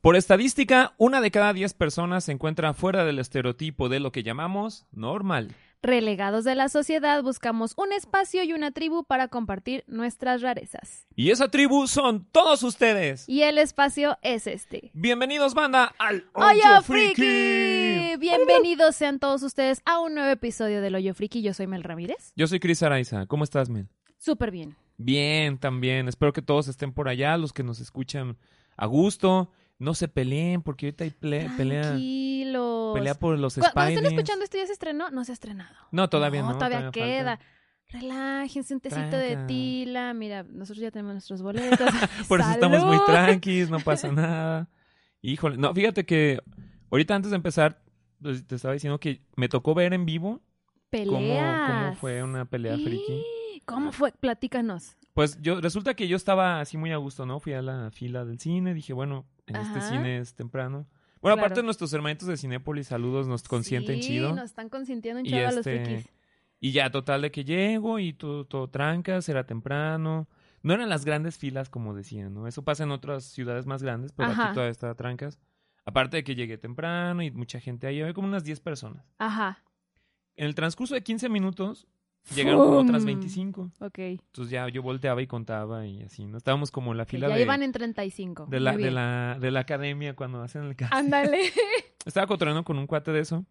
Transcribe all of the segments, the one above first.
Por estadística, una de cada diez personas se encuentra fuera del estereotipo de lo que llamamos normal. Relegados de la sociedad, buscamos un espacio y una tribu para compartir nuestras rarezas. Y esa tribu son todos ustedes. Y el espacio es este. Bienvenidos, banda, al ¡Hoyo Hoyo Friki! Bienvenidos sean todos ustedes a un nuevo episodio del Hoyo Friki. Yo soy Mel Ramírez. Yo soy Cris Araiza. ¿Cómo estás, Mel? Súper bien. Bien, también. Espero que todos estén por allá, los que nos escuchan a gusto. No se peleen, porque ahorita hay ple- Eh, pelea, Tranquilos. pelea por los Cu- Cuando Spideys. estén escuchando esto ya se estrenó, no se ha estrenado. No, todavía no. todavía, falta. queda. Relájense, un tecito Tranca. de tila. Mira, nosotros ya tenemos nuestros boletos. Por eso estamos muy ¡Salud! tranquis, no pasa nada. Híjole, no, fíjate que ahorita antes de empezar, pues, te estaba diciendo que me tocó ver en vivo cómo, Peleas. cómo fue una pelea friki. ¡Eh! ¿Cómo fue? Platícanos. Pues yo, resulta que yo estaba así muy a gusto, ¿no? Fui a la fila del cine, dije, bueno, en este Ajá. cine es temprano. Bueno, Claro. aparte nuestros hermanitos de Cinépolis, saludos, nos consienten Sí, chido. Nos están consintiendo un Y chorro a los este, frikis. Y ya, total, de que llego y todo, todo trancas, era temprano. No eran las grandes filas como decían, ¿no? Eso pasa en otras ciudades más grandes, pero Ajá. aquí todavía estaba trancas. Aparte de que llegué temprano y mucha gente ahí, había como unas 10 personas. Ajá. En el transcurso de 15 minutos llegaron como otras ¡Fum! 25. Ok. Que Entonces ya yo volteaba y contaba y así, ¿no? Estábamos como en la fila ya de, iban en 35. de la, Muy de, bien. la, de la academia cuando hacen el casting. Ándale. Estaba cotorreando con un cuate de eso.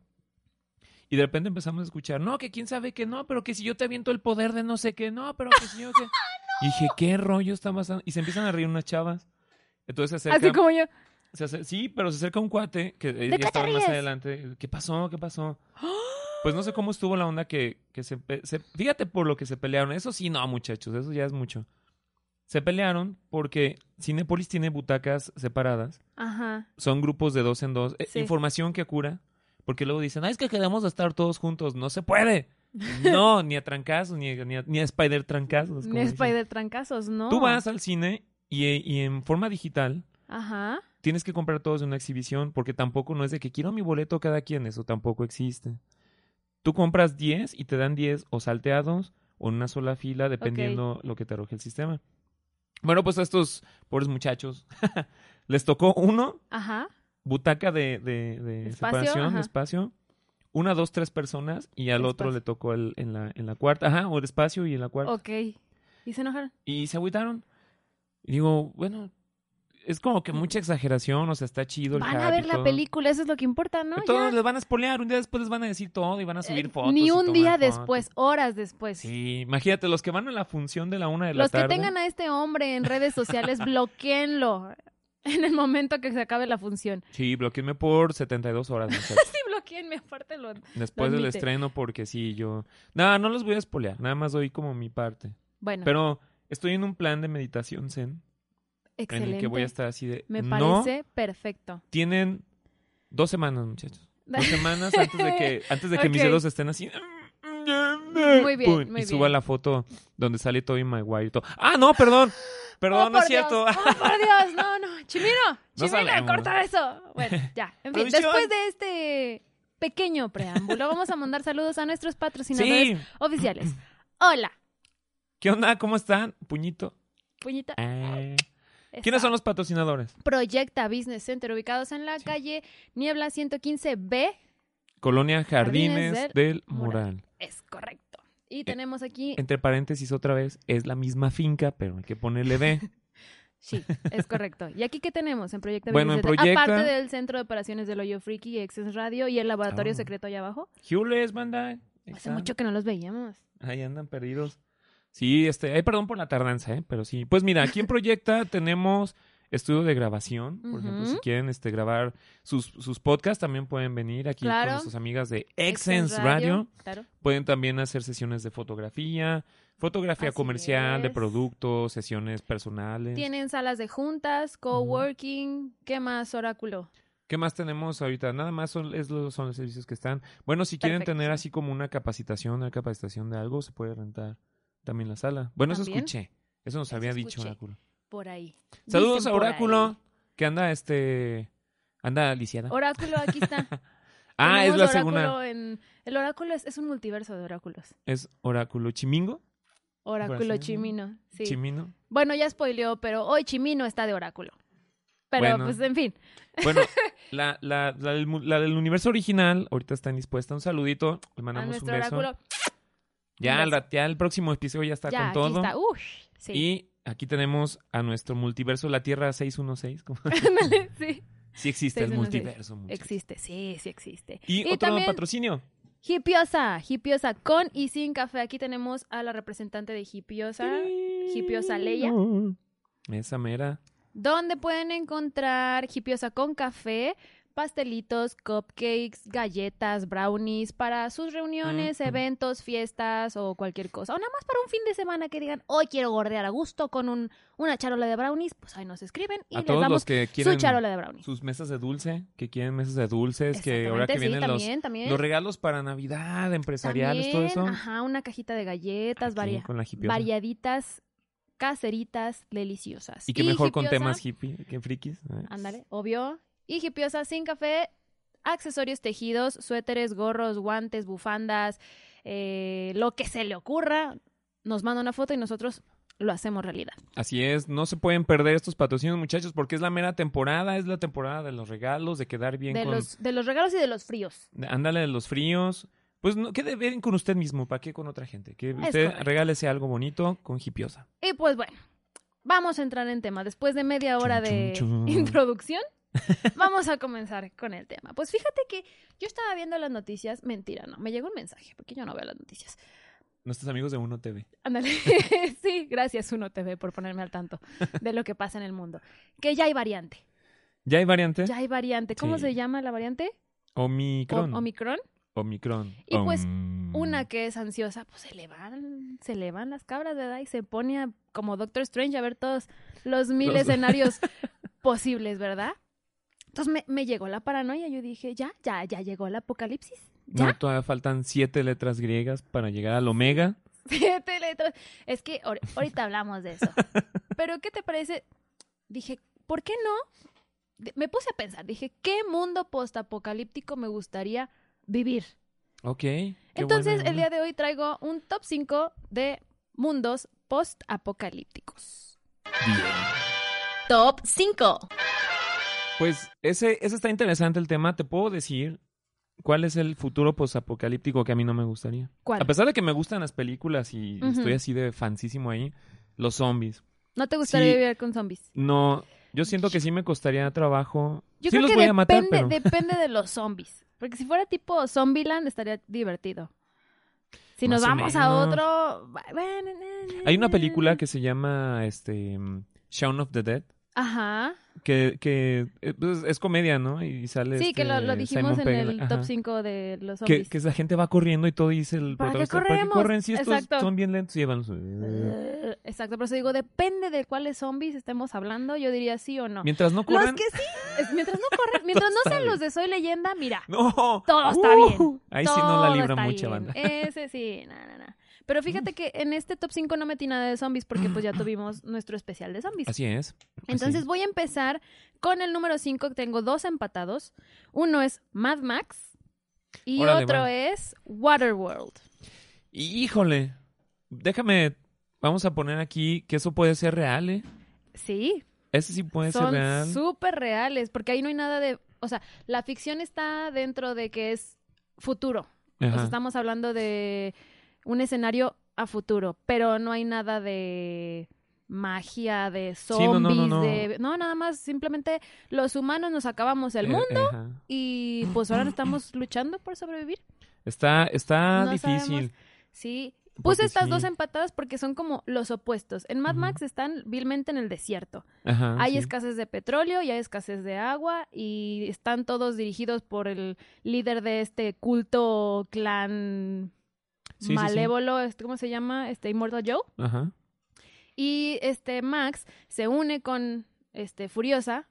Y de repente empezamos a escuchar, no, que quién sabe que no, pero que si yo te aviento el poder de no sé qué, no, pero que si yo que... Y dije, ¿qué rollo está pasando? Y se empiezan a reír unas chavas. Entonces se acerca... Así como yo. se acer- sí, pero se acerca un cuate que eh, qué ya te estaba más ríes? adelante. ¿Qué pasó? ¿Qué pasó? Pues no sé cómo estuvo la onda que, que se, pe- se- Fíjate por lo que se pelearon. Eso sí, no, muchachos, eso ya es mucho. Se pelearon porque Cinepolis tiene butacas separadas Ajá. son grupos de dos en dos. Eh, Sí. Información que cura. Porque luego dicen, ah, es que queremos estar todos juntos. No se puede. No, ni a trancazos, ni a, ni a- ni a Spider trancazos. Pues como Ni dicen. Spider Trancazos, ¿no? Tú vas al cine y, eh, y en forma digital Ajá. tienes que comprar todos en una exhibición porque tampoco no es de que quiero mi boleto cada quien. Eso tampoco existe. Tú compras 10 y te dan 10 o salteados o en una sola fila dependiendo lo que te arroje el sistema. Bueno, pues a estos pobres muchachos les tocó uno Ajá. butaca de, de- de Espacio, separación, ajá. espacio. Una, dos, tres personas y al otro Espacio. le tocó el- en, la, en la cuarta. Ajá, o el espacio y en la cuarta. Ok. ¿Y se enojaron? Y se agüitaron. Y digo, bueno, es como que mucha exageración, o sea, está chido el Van hype a ver y la todo. película, eso es lo que importa, ¿no? Y todos Ya. les van a espolear, un día después les van a decir todo y van a subir Eh, fotos. y Ni un tomar día fotos. después, horas después. Sí, imagínate, los que van a la función de la una de la Los que tarde. tengan a este hombre en redes sociales, bloqueenlo en el momento que se acabe la función. Sí, bloqueenme por 72 horas. muchachos. Sí, bloqueenme, aparte lo... Después Lo del admite. estreno, porque sí, yo. Nada, no los voy a espolear, nada más doy como mi parte. Bueno, Pero estoy en un plan de meditación zen excelente. en el que voy a estar así de. Me no parece perfecto. tienen dos semanas, muchachos. Dos semanas antes de que, antes de que mis Ok. dedos estén así. Muy bien, Pum, muy y suba bien. la foto donde sale Toby Maguire y todo. ¡Ah, no, perdón! Perdón, ¡Oh, no es por cierto. Dios! ¡Oh, por Dios! No, no. Chimino, Chimino, sabemos. corta eso. Bueno, ya. En fin, Revisión. después de este pequeño preámbulo, vamos a mandar saludos a nuestros patrocinadores sí. oficiales. Hola, ¿Qué onda? ¿Cómo están? Puñito. puñita. Ah. Eso. ¿Quiénes son los patrocinadores? Proyecta Business Center, ubicados en la Sí. calle Niebla 115B. Colonia Jardines, Jardines del Moral. Moral. Es correcto. Eh, Y tenemos aquí. Entre paréntesis, otra vez, es la misma finca, pero hay que ponerle B. Sí, es correcto. ¿Y aquí qué tenemos en Proyecta Bueno, Business en Center? Proyecta- Aparte del Centro de Operaciones del Hoyo Friki, Exens Radio y el Laboratorio Ah. Secreto allá abajo. Hewless, banda. Ahí Hace están. mucho que no los veíamos. Ahí andan perdidos. Sí, este, ay, perdón por la tardanza, ¿eh? pero sí. Pues mira, aquí en Proyecta tenemos estudio de grabación. Por ejemplo, Ujú. si quieren este, grabar sus, sus podcasts, también pueden venir aquí Claro. con nuestras amigas de Excense Radio. Claro. Pueden también hacer sesiones de fotografía, fotografía Así comercial, de es. productos, sesiones personales. Tienen salas de juntas, coworking, ¿qué más, Oráculo? ¿Qué más tenemos ahorita? Nada más son, es lo- son los servicios que están. Bueno, si quieren Perfecto. tener así como una capacitación, una capacitación de algo, se puede rentar también la sala. Bueno, eso También. escuché. Eso nos Eso había dicho escuché. Oráculo. Por ahí. Saludos Dicen a por Oráculo, ahí. que anda este anda lisiada. Oráculo, aquí está. ah, es Tenemos la oráculo segunda. en- el oráculo es, es un multiverso de oráculos. Es Oráculo Chimingo, Oráculo así- Chimino. Sí. Chimino. Bueno, ya spoileó, pero hoy Chimino está de oráculo. Pero Bueno. pues en fin. Bueno, la, la, la del, mu- la del universo original ahorita está indispuesta. Un saludito, le A mandamos un nuestro beso. oráculo. Ya, Un al rat- ya el próximo episodio ya está ya, con todo. aquí está. Uy, sí. Y aquí tenemos a nuestro multiverso, la Tierra 616. como- Ándale, sí. sí existe el 616. multiverso. muchachos. Existe, sí, sí existe. Y, otro también patrocinio. Hipiosa, Hipiosa con y sin café. Aquí tenemos a la representante de Hipiosa. Hipiosa Leia. Esa mera. donde pueden encontrar hipiosa con café, pastelitos, cupcakes, galletas, brownies para sus reuniones, Mm, mm. eventos, fiestas o cualquier cosa. O nada más para un fin de semana que digan, hoy quiero gordear a gusto con un, una charola de brownies, pues ahí nos escriben y A les todos los damos que su quieren charola de brownies. sus mesas de dulce, que quieren mesas de dulces, que ahora que Exactamente, vienen sí, los, también, también. los regalos para Navidad, empresariales, todo eso. También, Ajá, una cajita de galletas, aquí varia- con la hipiosa. variaditas, caseritas, deliciosas. Y que mejor con hipiosa- temas hippie que frikis. ¿eh? Ándale, obvio. Y hipiosa sin café, accesorios tejidos, suéteres, gorros, guantes, bufandas, eh, lo que se le ocurra. Nos manda una foto y nosotros lo hacemos realidad. Así es, no se pueden perder estos patrocinios, muchachos, porque es la mera temporada, es la temporada de los regalos, de quedar bien De con los, de los regalos y de los fríos. Ándale de los fríos. Pues no, quede bien con usted mismo, ¿para qué con otra gente? Que usted correcto. regálese algo bonito con hipiosa. Y pues bueno, vamos a entrar en tema. Después de media Chun, hora de chun, chun. introducción, vamos a comenzar con el tema. Pues fíjate que yo estaba viendo las noticias. Mentira, no. Me llegó un mensaje porque yo no veo las noticias. Nuestros amigos de Uno TV. Ándale. sí, gracias Uno TV por ponerme al tanto de lo que pasa en el mundo. Que ya hay variante. ¿Ya hay variante? Ya hay variante. ¿Cómo Sí. se llama la variante? O- Omicron. Omicron. Omicron. Y pues, Om- Una que es ansiosa, pues se le van, se le van las cabras, ¿verdad? Y se pone a- como Doctor Strange a ver todos los mil Los- escenarios posibles, ¿verdad? Entonces me, me llegó la paranoia. Yo dije, ya, ya, ya llegó el apocalipsis. ¿Ya? No, todavía faltan siete letras griegas para llegar al omega. Siete letras. Es que ahor- ahorita hablamos de eso. Pero ¿qué te parece? Dije, ¿por qué no? De- Me puse a pensar, dije, ¿qué mundo postapocalíptico me gustaría vivir? Ok. qué Entonces, buena el onda. día de hoy traigo un top 5 de mundos post-apocalípticos. Bien. Top 5. Pues ese, ese está interesante el tema. Te puedo decir cuál es el futuro posapocalíptico que a mí no me gustaría. ¿Cuál? A pesar de que me gustan las películas y Ujú. estoy así de fansísimo ahí, los zombies. ¿No te gustaría Sí. vivir con zombies? No, yo siento que sí me costaría trabajo. Yo sí creo los que voy depende, a matar, pero depende de los zombies. Porque si fuera tipo Zombieland, estaría divertido. Si nos Más o vamos a menos. otro... bueno, hay una película que se llama este mm, Shaun of the Dead Ajá. que, que eh, pues, es comedia, ¿no? Y sale Sí, que lo, este, lo dijimos Simon en Pegg, el ajá. top 5 de los que, zombies. que la gente va corriendo y todo dice el ¿Para qué protagonista, ¿para qué corremos? corren? Si estos Exacto. son bien lentos, llévanlos. Eh, Exacto, por eso digo, depende de cuáles zombies estemos hablando, yo diría sí o no. Mientras no Los corran... que sí, es- mientras no corren, mientras no está sean los bien. de Soy Leyenda, mira, ¡No! Uh, todo está bien. Ahí sí no la todo libra está mucha bien. banda. Ese sí, nada, nada. Pero fíjate que en este top 5 no metí nada de zombies porque pues ya tuvimos nuestro especial de zombies. Así es. así Entonces voy a empezar con el número 5, tengo dos empatados. Uno es Mad Max y Órale, otro va. es Waterworld. Híjole, déjame, vamos a poner aquí que eso puede ser real, ¿eh? Sí, Ese sí puede ser son real. súper reales, porque ahí no hay nada de, o sea, la ficción está dentro de que es futuro. O sea, Ajá. estamos hablando de un escenario a futuro, pero no hay nada de magia, de Sí, no, zombies, no, no, no. de no, nada más simplemente los humanos nos acabamos el Eh, mundo ajá. y pues ahora estamos luchando por sobrevivir. Está, está No difícil. sabemos. Sí, Puse Porque estas sí. dos empatadas porque son como los opuestos. En Mad Ujú. Max están vilmente en el desierto. Ajá, hay Ah, sí. escasez de petróleo y hay escasez de agua y están todos dirigidos por el líder de este culto clan Sí, sí, sí. malévolo, este, ¿cómo se llama? Este Immortal Joe. Ajá. Y este Max se une con este Furiosa,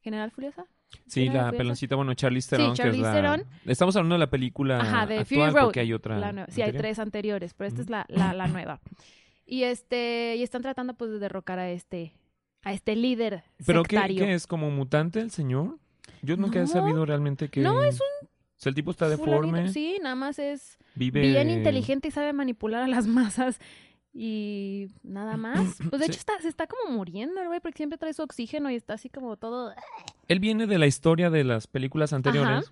General Furiosa. Sí, Era la Furiosa. peloncita, bueno, Charlize Theron, que es Charlize la- Theron. Estamos hablando de la película Ajá, de Fury actual, Road, porque hay otra. La nueva. Sí, hay anterior. tres anteriores, pero esta Ujú. es la, la, la nueva. Y este y están tratando pues de derrocar a este a este líder ¿Pero qué, sectario. qué es? ¿Como mutante el señor? Yo nunca he No. sabido realmente que... No, es un... O sea, el tipo está Fulanito- deforme, Sí, nada más es vive... bien inteligente y sabe manipular a las masas y nada más. Pues de Sí. hecho está, se está como muriendo el güey porque siempre trae su oxígeno y está así como todo. ah, Él viene de la historia de las películas anteriores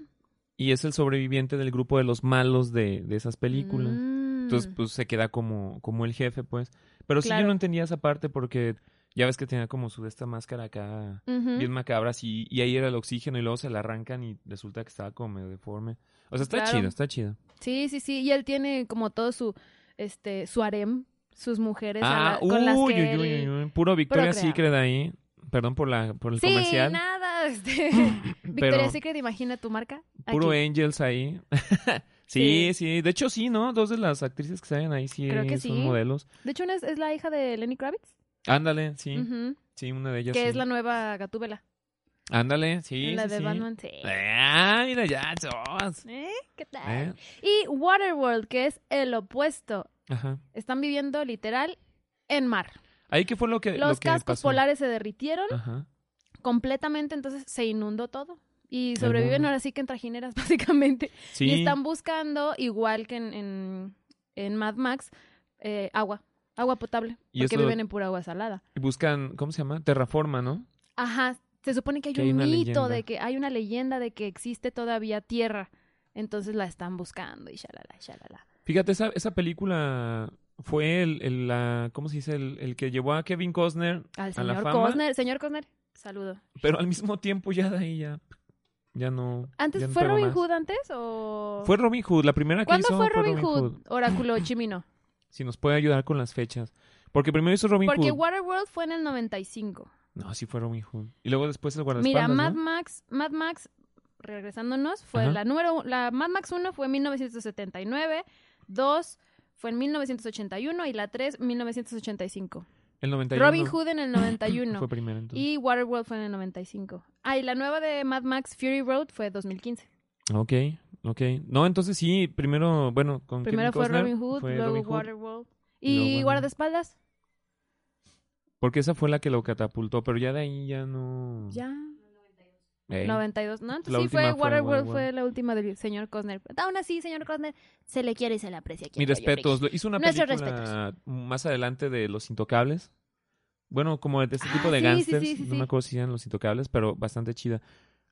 y es el sobreviviente del grupo de los malos de, de esas películas. Mm. Entonces, pues se queda como, como el jefe, pues. Pero sí, yo Claro. no entendía esa parte porque ya ves que tenía como su esta máscara acá... Ujú. bien macabras y, y ahí era el oxígeno y luego se la arrancan y resulta que estaba como medio deforme. O sea, está Claro. chido, está chido. Sí, sí, sí. Y él tiene como todo su este su harem, sus mujeres a Ah, la- con las uy, que uy, uy, él- uy, puro Victoria procrea. Secret ahí. Perdón por la por el Sí, comercial, nada. Este... pero Victoria Secret, imagina tu marca. puro E. Aquí. Angels ahí. sí, Sí. sí, De hecho sí, ¿no? Dos de las actrices que salen ahí sí Creo que son sí. modelos. De hecho, una es, es la hija de Lenny Kravitz, Ándale, sí. ujú, Sí, una de ellas que sí. es la nueva Gatúbela, Ándale, sí, la sí, de sí. Batman. sí. Ah, mira ya, dos. ¿Eh? ¿Qué Eh, tal? Y Waterworld, que es el opuesto. Ajá. Están viviendo literal en mar. Ahí qué fue lo que Eh, lo Los que cascos pasó? polares se derritieron Ajá. completamente, entonces se inundó todo. Y El sobreviven mundo. ahora sí que en trajineras, básicamente. Sí. Y están buscando, igual que en, en, en Mad Max, eh, agua. Agua potable. Y eso Porque lo- viven en pura agua salada. Y buscan, ¿cómo se llama? Terraforma, ¿no? Ajá. Se supone que hay Que un hay una mito leyenda. de que hay una leyenda de que existe todavía tierra. Entonces la están buscando y shalala, shalala. Fíjate, esa, esa película fue el, el- la, ¿cómo se dice? El, el que llevó a Kevin Costner, Al A la señor fama. Cosner. Señor Cosner, saludo. pero al mismo tiempo ya de ahí ya, ya no. ¿Antes ya no fue pegó Robin más. Hood antes o...? Fue Robin Hood, la primera que ¿Cuándo hizo fue Robin, Hood? Oráculo Chimino. Si nos puede ayudar con las fechas. Porque primero hizo Robin Porque Hood. Waterworld fue en el 95. No, sí fue Robin Hood. Y luego después el Mira, guardaespaldas, Mad ¿no? Max, Mad Max, regresándonos, fue Ajá. la número, la Mad Max 1 fue en 1979, 2 fue en 1981 y la 3 1985. El 91 Robin Hood en el 91 fue primero entonces. y Waterworld fue en el 95. Ah, y la nueva de Mad Max Fury Road fue 2015. Ok, ok. No, entonces sí, primero, bueno, con Kevin Primero fue Costner Robin Hood, fue luego Robin Hood, Waterworld y luego y, Waterworld. guardaespaldas. Porque esa fue la que lo catapultó, pero ya de ahí ya no... Ya. Eh. 92, ¿no? La Entonces sí fue última fue Waterworld, Waterworld. fue la última del señor Costner. Aún así, señor Costner, se le quiere y se le aprecia. Mis quiero yo, respetos. Lo- Hizo una Nuestros película más adelante de Los Intocables. Bueno, como de este Ah, tipo de sí, sí, gangsters. sí, sí, no sí. me acuerdo si eran Los Intocables, pero bastante chida.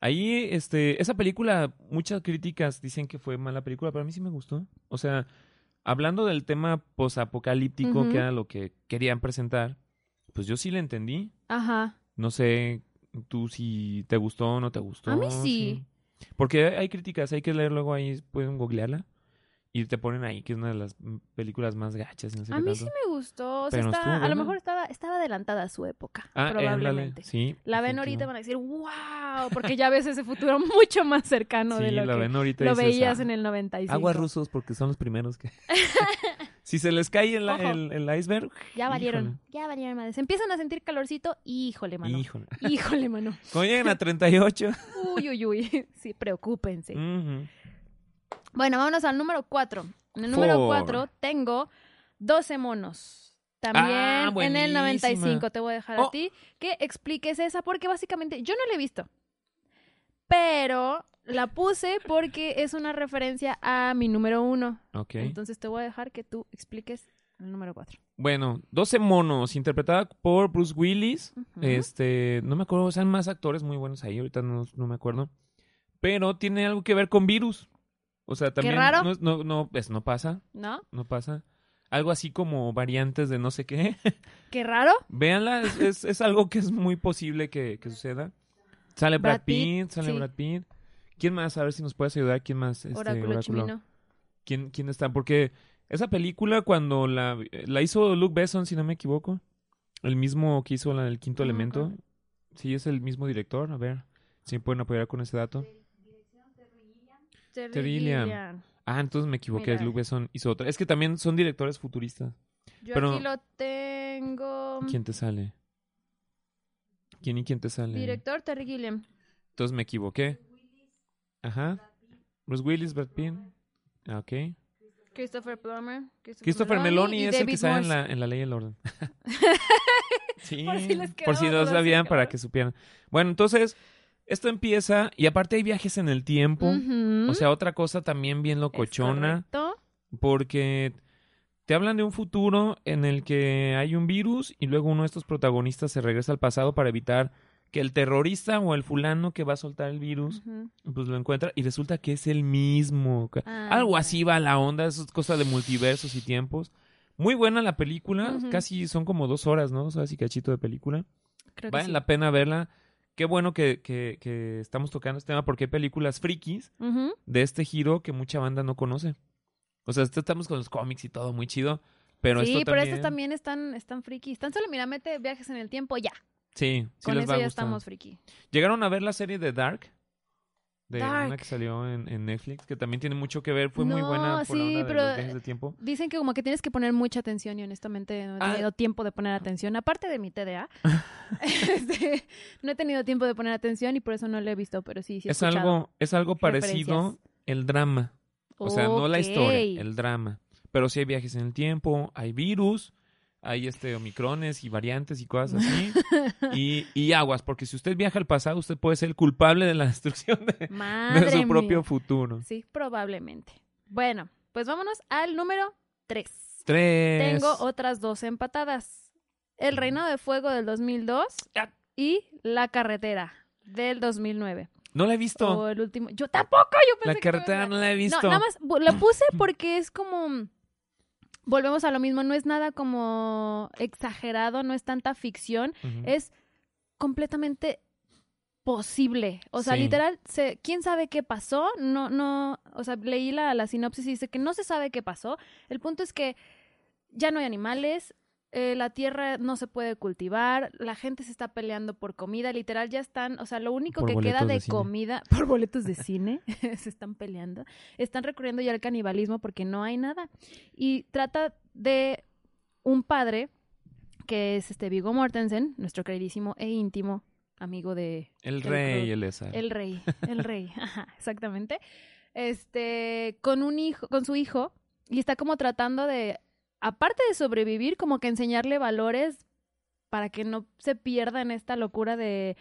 Ahí, este, esa película, muchas críticas dicen que fue mala película, pero a mí sí me gustó. O sea, hablando del tema posapocalíptico, Ujú. que era lo que querían presentar, pues yo sí le entendí. Ajá. No sé tú si te gustó o no te gustó. A mí sí. sí. Porque hay críticas, hay que leer luego ahí, pueden googlearla. Y te ponen ahí que es una de las mm, películas más gachas. y No sé A qué mí tanto. sí me gustó. o sea, Pero está- estuvo a lo buena. mejor estaba, estaba adelantada a su época, Ah, eh, ándale, probablemente. sí. La ven efectivo. ahorita y van a decir, wow, porque ya ves ese futuro mucho más cercano Sí, de lo la que ven ahorita y lo dices, veías "Ah, en el 95. Aguas rusos porque son los primeros que... si se les cae el, Ojo. el, el iceberg, Ya valieron, ya valieron madres. Empiezan a sentir calorcito, híjole, mano. híjole. Híjole, mano. Cuando lleguen a 38... Uy, uy, uy. Sí, preocúpense. ujú. Bueno, vámonos al número 4. En el número Four. 4 tengo 12 monos. También Ah, en el buenísima. 95 te voy a dejar a Oh. ti que expliques esa porque básicamente yo no la he visto. Pero la puse porque es una referencia a mi número 1. Ok. Entonces te voy a dejar que tú expliques el número 4. Bueno, 12 monos, interpretada por Bruce Willis. Este, no me acuerdo, o sea, hay más actores muy buenos ahí, ahorita no, no me acuerdo. Pero tiene algo que ver con virus. O sea, también raro. no es- no no pues, no pasa, ¿No? no pasa. Algo así como variantes de no sé qué. Qué raro. Véanla, es, es- es algo que es muy posible que, que suceda. Sale Brad, Brad Pitt, Pitt, sale sí. Brad Pitt. ¿Quién más? A ver si nos puedes ayudar. ¿Quién más? Este, oráculo, chimino. ¿Quién, ¿Quién está? Porque Esa película cuando la, eh, la hizo Luke Besson, si no me equivoco. El mismo que hizo la del quinto No me elemento. acuerdo. Sí, es el mismo director. A ver si me pueden apoyar con ese dato. Terry Terry Gilliam. Gilliam. Ah, entonces me equivoqué. Mira. Luke Besson hizo otra. Es que también son directores futuristas. Yo Pero- aquí lo tengo. ¿Quién te sale? ¿Quién y quién te sale? Director Terry Gilliam. Entonces me equivoqué. Ajá. Bruce Willis, Brad Pitt. Ah, Ok. Christopher Plummer. Christopher, Christopher Meloni, y es el David que sale en Morse. la, en la ley del orden. sí, Por si les por si quedaba no duda, sabían, sí, para cabrón. que supieran. Bueno, entonces, esto empieza y aparte hay viajes en el tiempo. Ujú. O sea, otra cosa también bien Es locochona, correcto. porque te hablan de un futuro en el que hay un virus y luego uno de estos protagonistas se regresa al pasado para evitar que el terrorista o el fulano que va a soltar el virus, Ujú. pues lo encuentra y resulta que es el mismo. ca- Ah, algo mira. así va la onda, esas cosas de multiversos y tiempos. Muy buena la película, Ujú. casi son como dos horas, ¿no? O sea, así cachito de película. Creo que Vale sí. la pena verla. Qué bueno que, que- que estamos tocando este tema porque hay películas frikis Ujú. de este giro que mucha banda no conoce. O sea, esto estamos con los cómics y todo, muy chido. Pero sí, esto pero también... estas también están, están frikis. Tan solo mira, mete viajes en el tiempo ya. Sí, sí Con les eso va a ya gustar. estamos friki. ¿Llegaron a ver la serie de Dark? De una Dark. que salió en, en Netflix, que también tiene mucho que ver, fue muy No, buena por la sí, onda de pero- los viajes de tiempo. Dicen que como que tienes que poner mucha atención y honestamente no he Ah. tenido tiempo de poner atención. Aparte de mi TDA, este, no he tenido tiempo de poner atención y por eso no lo he visto, pero sí, sí he es escuchado. algo es algo parecido referencias. el drama o sea no la Ok. historia el drama pero sí hay viajes en el tiempo hay virus hay este omicrones y variantes y cosas así y, y aguas porque si usted viaja al pasado usted puede ser el culpable de la destrucción de, de Madre su mía. propio futuro Sí, probablemente. Bueno, pues vámonos al número 3. tres Tengo otras dos empatadas. El Reino de Fuego del 2002 Ah. y La Carretera del 2009. no la he visto O el último. Yo tampoco, yo oh, pensé la que carretera también no la he la- visto No, nada más bu- la puse porque es como. mm, Volvemos a lo mismo, no es nada como exagerado, no es tanta ficción, Ujú. es completamente posible. O sea, Sí. literal, se, quién sabe qué pasó, no, no, o sea, leí la, la sinopsis y dice que no se sabe qué pasó. El punto es que ya no hay animales, eh, la tierra no se puede cultivar, la gente se está peleando por comida, literal ya están, o sea, lo único Por que queda boletos de de cine. comida, por boletos de cine, se están peleando, están recurriendo ya al canibalismo porque no hay nada. Y trata de un padre que es este Vigo Mortensen, nuestro queridísimo e íntimo amigo de el el rey cru- el esa el rey, el rey, ajá, exactamente. Este, con un hijo, con su hijo, y está como tratando de, aparte de sobrevivir, como que enseñarle valores para que no se pierda en esta locura de,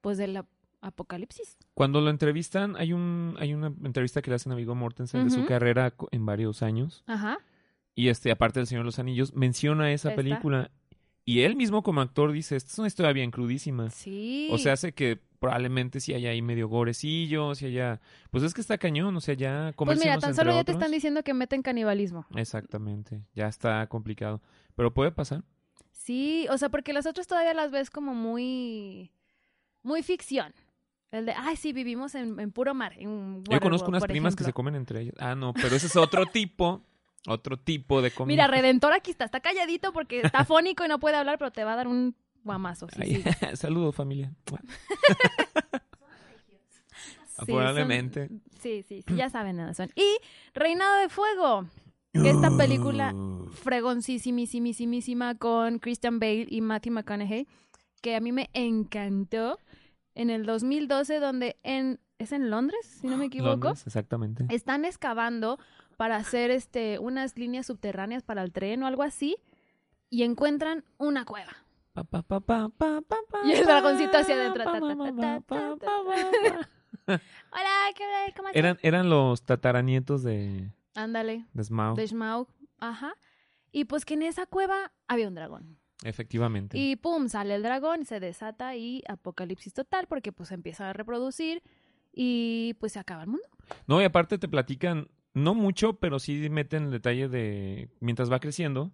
pues, del ap- apocalipsis. cuando lo entrevistan hay un hay una entrevista que le hacen a Viggo Mortensen de su Ujú. carrera co- en varios años Ajá. Y este, aparte del Señor de los Anillos, menciona esa Esta. película. Y él mismo como actor dice, esta es una historia bien crudísima. Sí. O sea, hace que probablemente si haya ahí medio gorecillo, si haya... Pues es que está cañón, o sea, ya pues comerciamos mira, tan solo entre ya te están otros. diciendo que meten canibalismo. Exactamente, ya está complicado. Pero puede pasar. Sí, o sea, porque las otras todavía las ves como muy, muy ficción. El de, ay, sí, vivimos en, en puro mar. en Yo conozco Waterworld, unas por primas que se ejemplo. comen entre ellas. Ah, no, pero ese es otro tipo, otro tipo de comida. Mira, Redentor aquí está, está calladito porque está fónico y no puede hablar, pero te va a dar un guamazo. Sí, Ay, sí. Saludos, familia. Sí, Probablemente. son- sí, sí, sí, ya saben nada son. Y Reinado de Fuego, que esta película fregoncísimísimísima con Christian Bale y Matthew McConaughey, que a mí me encantó en el 2012, donde en... ¿Es en Londres, si no me equivoco? Londres, exactamente. Están excavando para hacer este unas líneas subterráneas para el tren o algo así y encuentran una cueva. Pa, pa, pa, pa, pa, pa, pa, Y el pa, dragoncito hacia adentro, pa, ta, ta, pa, ta, pa, ta, pa, pa, ta, pa, pa. Hola, ¿qué tal? ¿Cómo estás? Eran, eran los tataranietos de, Ándale, de Smaug, de Schmaug, ajá. Y pues que en esa cueva había un dragón. efectivamente. Y pum, sale el dragón, se desata y apocalipsis total porque pues se empieza a reproducir y pues se acaba el mundo. No, y aparte te platican, no mucho, pero sí meten el detalle de, mientras va creciendo,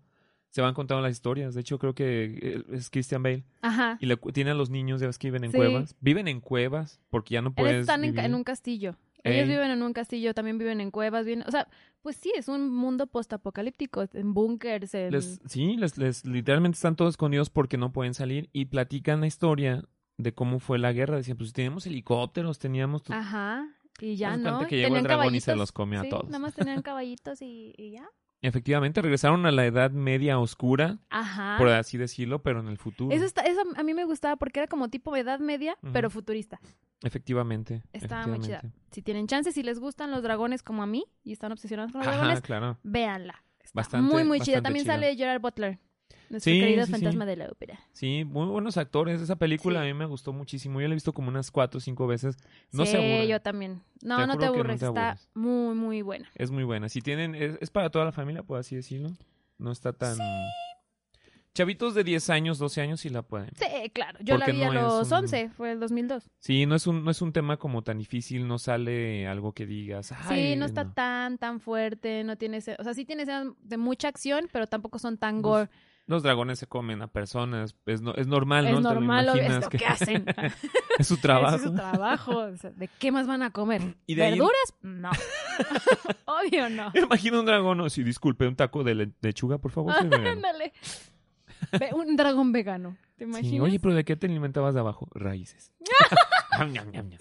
se van contando las historias. De hecho, creo que eh, es Christian Bale. Ajá. Y le cu- tiene a los niños, ya ves que viven en Sí. cuevas. Viven en cuevas porque ya no Él puedes están en, ca- vivir. en un castillo. Ellos Ey. viven en un castillo, también viven en cuevas, viven, o sea, pues sí, es un mundo postapocalíptico, en búnkers, en... Les- sí, les, les- literalmente están todos escondidos porque no pueden salir y platican la historia de cómo fue la guerra. Decían, pues teníamos helicópteros, teníamos... tu- Ajá, y Ah, ya Haz de no. cuenta y que llegó el tenían dragón y se caballitos, los comió a sí, todos. Nada más tenían caballitos y, y ya. Efectivamente, regresaron a la edad media oscura, Ajá. por así decirlo, pero en el futuro. Ah. Eso, está, eso a mí me gustaba porque era como tipo edad media, Ujú. pero futurista. Efectivamente. Estaba muy chida. efectivamente. Si tienen chance, si les gustan los dragones como a mí y están obsesionados con los Ajá, dragones, claro. véanla. Está Bastante- muy, muy chida. bastante También chida. sale Gerard Butler, nuestro Sí, querido sí, sí. fantasma de la ópera. Sí, muy buenos actores. Esa película Sí. a mí me gustó muchísimo. Yo la he visto como unas cuatro o cinco veces. No sí, se aburren. yo también. No, Te no juro que no te aburres. te está aburres. muy, muy buena. Es muy buena. Si tienen, es, es para toda la familia, por así decirlo. No está tan... Chavitos de 10 años, 12 años y la pueden. Sí, claro. Yo la Porque vi no a es los un- 11, fue el 2002. Sí, no es un, no es un tema como tan difícil, no sale algo que digas. sí, "Ay, no está tan, tan fuerte. No tiene... ese- O sea, sí tiene escenas de mucha acción, pero tampoco son tan gore. Los dragones se comen a personas, es, no- es normal, ¿no? es Te lo normal, obvio, es imaginas lo que- que hacen. es su trabajo. Ese es su trabajo. O sea, ¿De qué más van a comer? Y de ahí- ¿Verduras? No. Obvio no. Imagina un dragón, o si disculpe, un taco de le- lechuga, por favor. soy vegano". Ándale. Ve- Un dragón vegano. ¿Te imaginas? Sí, oye, pero ¿de qué te alimentabas de abajo? Raíces. Ñam, ñam, ñam, ñam.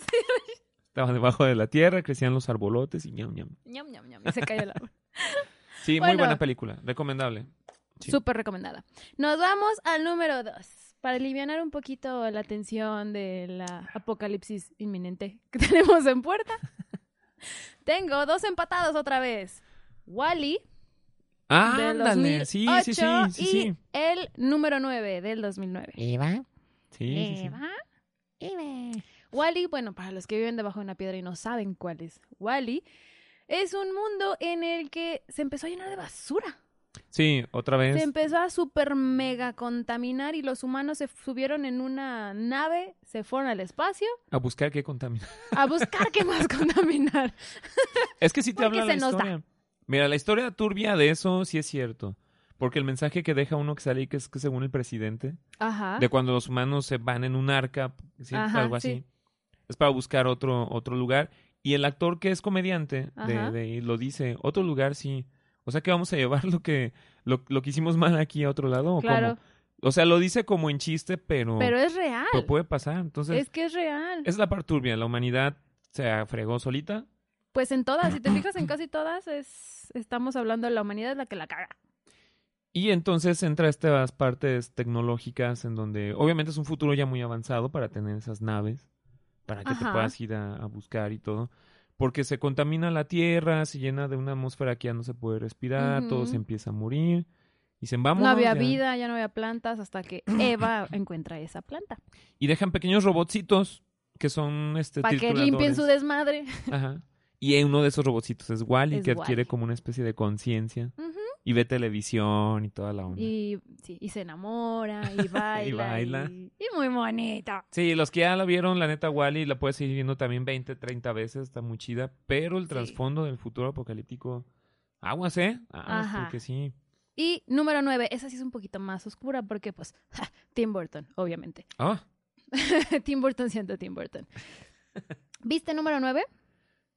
Estaban debajo de la tierra, crecían los arbolotes y ñam, ñam. Ñam, ñam, ñam. Y se cae el árbol. Sí, muy Bueno. buena película, recomendable. Sí. Súper recomendada. Nos vamos al número dos. Para aliviar un poquito la tensión de la apocalipsis inminente que tenemos en puerta. Tengo dos empatados otra vez. Wally del Ándale, 2008 sí, sí, sí, sí, y sí. el número 9 del 2009. Eva. Sí, sí, sí. Eva. Wally, bueno, para los que viven debajo de una piedra y no saben cuál es Wally, es un mundo en el que se empezó a llenar de basura. Sí, otra vez. Se empezó a super mega contaminar y los humanos se subieron en una nave, se fueron al espacio A buscar qué contaminar. a buscar qué más contaminar. Es que sí te Porque habla la se nos da. historia. Mira, la historia turbia de eso sí es cierto. Porque el mensaje que deja uno que sale ahí, que es que según el presidente, Ajá. de cuando los humanos se van en un arca, ¿sí? Ah. Ajá, algo así, sí. es para buscar otro, otro lugar. Y el actor que es comediante de, Ajá. de ahí lo dice, otro lugar sí. O sea que vamos a llevar lo que, lo, lo que hicimos mal aquí a otro lado. ¿o cómo? Claro, O sea, lo dice como en chiste, pero, pero es real. pero puede pasar. Entonces, Es que es real. es la parte turbia. La humanidad se fregó solita. Pues en todas, si te fijas en casi todas, es estamos hablando de la humanidad es la que la caga. Y entonces entra estas partes tecnológicas en donde obviamente es un futuro ya muy avanzado para tener esas naves, para que te Ajá. puedas ir a, a buscar y todo. Porque se contamina la tierra, se llena de una atmósfera que ya no se puede respirar, todo se Ujú. empieza a morir. Y se vamos. No había vida, ya no había plantas hasta que Eva encuentra esa planta. Y dejan pequeños robotcitos que son este Para que limpien su trituradores. desmadre. Ajá. Y uno de esos robotcitos es Wally, Es que adquiere Wally. como una especie de conciencia. Ujú. Y ve televisión y toda la onda. Y, sí, y se enamora, y baila. y, baila. y muy bonita. Sí, los que ya la vieron, la neta Wally, la puedes seguir viendo también 20, 30 veces, está muy chida. Pero el Sí. trasfondo del futuro apocalíptico, aguas, ¿eh? Aguas, Ajá. porque sí. Y número nueve, esa sí es un poquito más oscura porque, pues, ja, Tim Burton, obviamente. Ah, Tim Burton siendo Tim Burton. ¿Viste número nueve?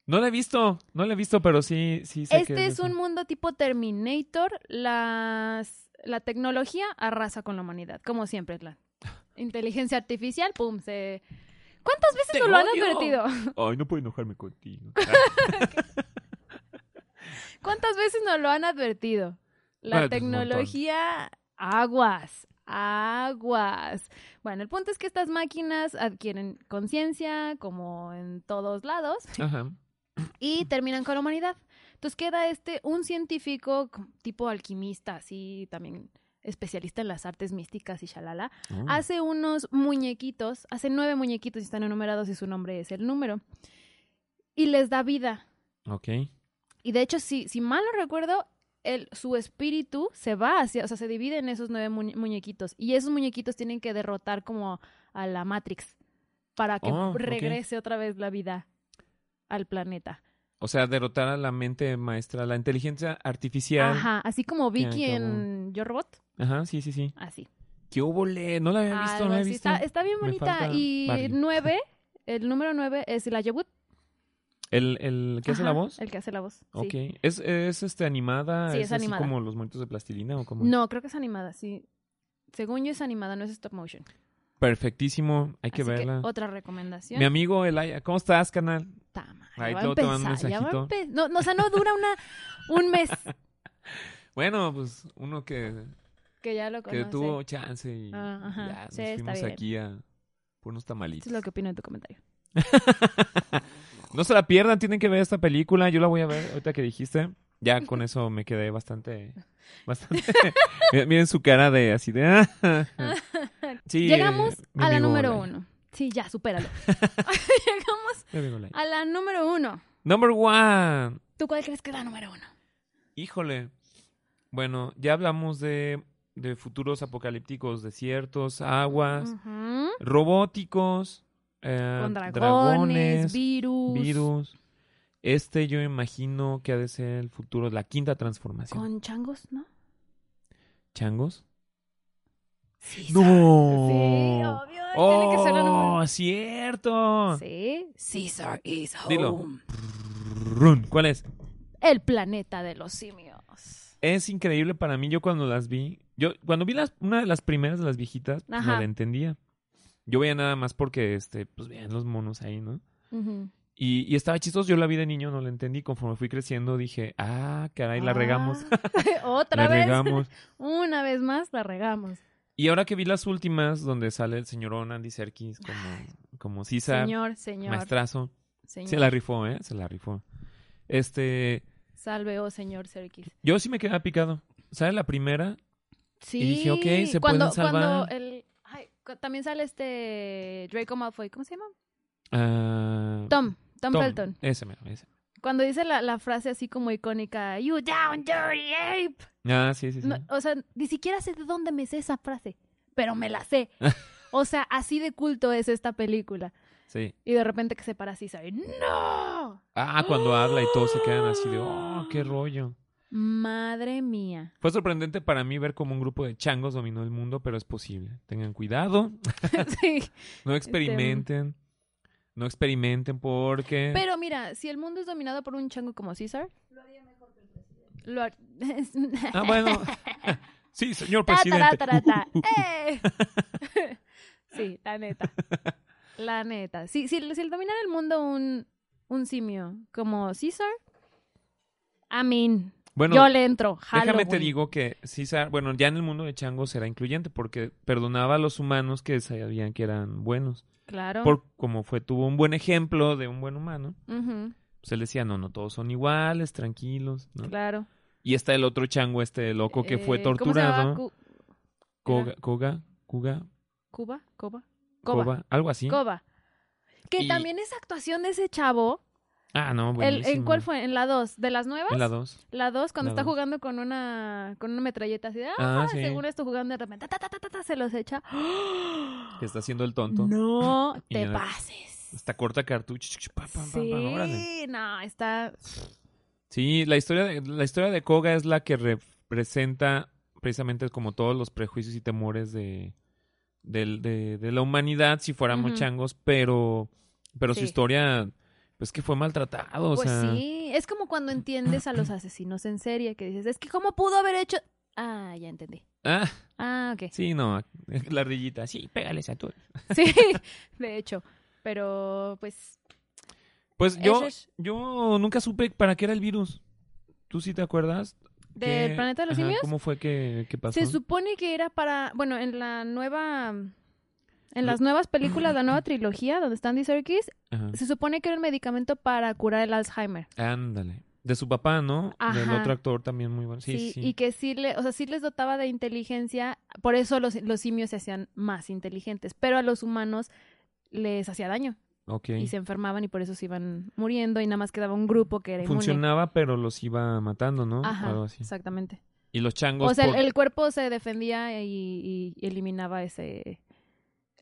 no la he visto, no la he visto, pero sí, sí sé que Este es eso. un mundo tipo Terminator. Las, la tecnología arrasa con la humanidad, como siempre, la inteligencia artificial, pum, se... ¿Cuántas veces ¡Te nos lo han odio! advertido? Ay, no puedo enojarme contigo. ¿Cuántas veces nos lo han advertido? La Bueno, pues, un montón. tecnología, aguas, aguas. Bueno, el punto es que estas máquinas adquieren conciencia, como en todos lados, Ajá. y terminan con la humanidad. Entonces queda este, un científico c- tipo alquimista, así también especialista en las artes místicas y shalala, Oh. hace unos muñequitos, hace nueve muñequitos y están enumerados y su nombre es el número, y les da vida. Ok. Y de hecho, si, si mal no recuerdo, el, su espíritu se va hacia, o sea, se divide en esos nueve muñe- muñequitos. Y esos muñequitos tienen que derrotar como a la Matrix para que Oh, ok. regrese otra vez la vida al planeta. O sea, derrotar a la mente maestra, la inteligencia artificial. Ajá. Ajá, así como Ya, Vicky qué en Yo Robot, sí, sí, sí. así. ¿Qué hubole? No la había visto, Algo no la he así. visto. Está, está bien Me bonita. falta Y Barbie. nueve, el número nueve es el Ayabut. ¿El, el que hace Ajá, la voz? El que hace la voz. sí. Ok. ¿Es, es este, animada? Sí, es así animada. como los monitos de plastilina o como...? No, creo que es animada, sí. Según yo es animada, no es stop motion. Perfectísimo. Hay que Así verla. otra recomendación. Mi amigo Elaya. ¿Cómo estás, canal? Ta madre, Ahí va a luego te mando un empezar, ya va a mensajito. empe- No, no, o sea, no dura una, un mes Bueno, pues uno que, que ya lo que conoce. tuvo chance y Ah, ajá. ya nos Sí, está fuimos bien. aquí a por unos Eso tamalitos. es lo que opino de tu comentario. no se la pierdan, tienen que ver esta película. Yo la voy a ver ahorita que dijiste. Ya con eso me quedé bastante... bastante Miren su cara de así de... "Ah". Sí, Llegamos eh, mi a la amigo número Elaya. uno. Sí, ya, supéralo. Llegamos Mi amigo Elaya. a la número uno. Number one. ¿Tú cuál crees que es la número uno? Híjole. Bueno, ya hablamos de, de futuros apocalípticos, desiertos, aguas, Ujú. robóticos, eh, Mm. Con dragones, dragones, virus, virus. Este yo imagino que ha de ser el futuro, la quinta transformación. Con changos, ¿no? ¿Changos? Sí, ¡No! sabe. Sí, obvio. Tiene que ser la número ¡Oh, cierto! uno. Sí. Caesar is home. Dilo. Run, ¿Cuál es? El planeta de los simios. Es increíble para mí, yo cuando las vi, yo cuando vi las, una de las primeras de las viejitas, pues, no Ajá. la entendía. Yo veía nada más porque, este, pues veían los monos ahí, ¿no? Ujú. Y, y estaba chistoso, yo la vi de niño, no la entendí, conforme fui creciendo dije, ah, caray, la regamos, Ah. Otra la vez. regamos. Una vez más la regamos. Y ahora que vi las últimas, donde sale el señor Andy Serkis como, como César, Señor, señor. maestrazo, señor. se la rifó, ¿eh? Se la rifó. Este, Salve, oh señor Serkis. yo sí me quedaba picado. ¿Sale la primera? Sí. dije, ok, se cuando, pueden salvar. Cuando el, ay, cu- también sale este Draco Malfoy. ¿Cómo se llama? Ah, Tom. Tom, Tom, Felton. Ese, mero, ese. Cuando dice la, la frase así como icónica, You down, dirty ape. Ah, sí, sí, sí. No, o sea, ni siquiera sé de dónde me sé esa frase, pero me la sé. o sea, así de culto es esta película. Sí. Y de repente que se para así, ¿sabes? ¡No! Ah, cuando habla y todos se quedan así de, oh, qué rollo. Madre mía. Fue sorprendente para mí ver cómo un grupo de changos dominó el mundo, pero es posible. Tengan cuidado, sí. no experimenten, no experimenten porque... Pero mira, si el mundo es dominado por un chango como César. Lo haría mejor que el presidente. Ah, bueno. sí, señor Ta, ta, presidente. ta, ta, ta. ¡Eh! sí, la neta. La neta. Sí, si, si el dominara el mundo un, un simio como Caesar, I mean, Bueno, yo le entro. déjame Halloween. te digo que César, bueno, ya en el mundo de changos era incluyente porque perdonaba a los humanos que sabían que eran buenos. Claro. Por como fue, tuvo un buen ejemplo de un buen humano, Ujú, pues él decía, no, no, todos son iguales, tranquilos, ¿no? Claro. Y está el otro chango, este loco que fue Eh, ¿cómo se llamaba? torturado. Cu- Koga, Koga, Kuga, ¿Cuba? ¿Coba? Coba. Koba, algo así. Coba. Que Y- también esa actuación de ese chavo, Ah, no, el, buenísimo. ¿en cuál fue? ¿En la 2? ¿De las nuevas? En la 2. La 2, cuando La está dos. jugando con una con una metralleta así de, ah, Ah, sí. según esto jugando de repente, ta, ta, ta, ta, ta, se los echa. Que está haciendo el tonto. No Y te ya- pases. Hasta corta cartucho. ch, ch, pa, pa, pa, pa, órale. Sí, no, está... Sí, la historia de, la historia de Koga es la que representa precisamente como todos los prejuicios y temores de, del- de, de la humanidad si fuéramos Ujú. changos, pero, pero su Sí. historia, pues que fue maltratado. o pues sea, sí, es como cuando entiendes a los asesinos en serie, que dices, es que cómo pudo haber hecho... Ah, ya entendí. Ah, Ah, ok. sí, no, la ardillita, sí, pégales a tú. Sí, de hecho. Pero, pues, Pues yo, Ese es- yo nunca supe para qué era el virus. ¿Tú sí te acuerdas? ¿del ¿Qué- planeta de los ajá, simios? ¿Cómo fue que, que pasó? Se supone que era para, bueno, en la nueva, en Lo- las nuevas películas, la nueva trilogía donde están Andy Serkis, Ajá. se supone que era un medicamento para curar el Alzheimer. Ándale. De su papá, ¿no? Del Ajá. otro actor también muy bueno. Sí, sí. y que sí, le, o sea, sí les dotaba de inteligencia, por eso los, los simios se hacían más inteligentes, pero a los humanos les hacía daño Ok. y se enfermaban y por eso se iban muriendo y nada más quedaba un grupo que era inmune. Funcionaba, pero los iba matando, ¿no? O algo Ajá, así. exactamente. Y los changos. O sea, el, por- el cuerpo se defendía y, y eliminaba ese,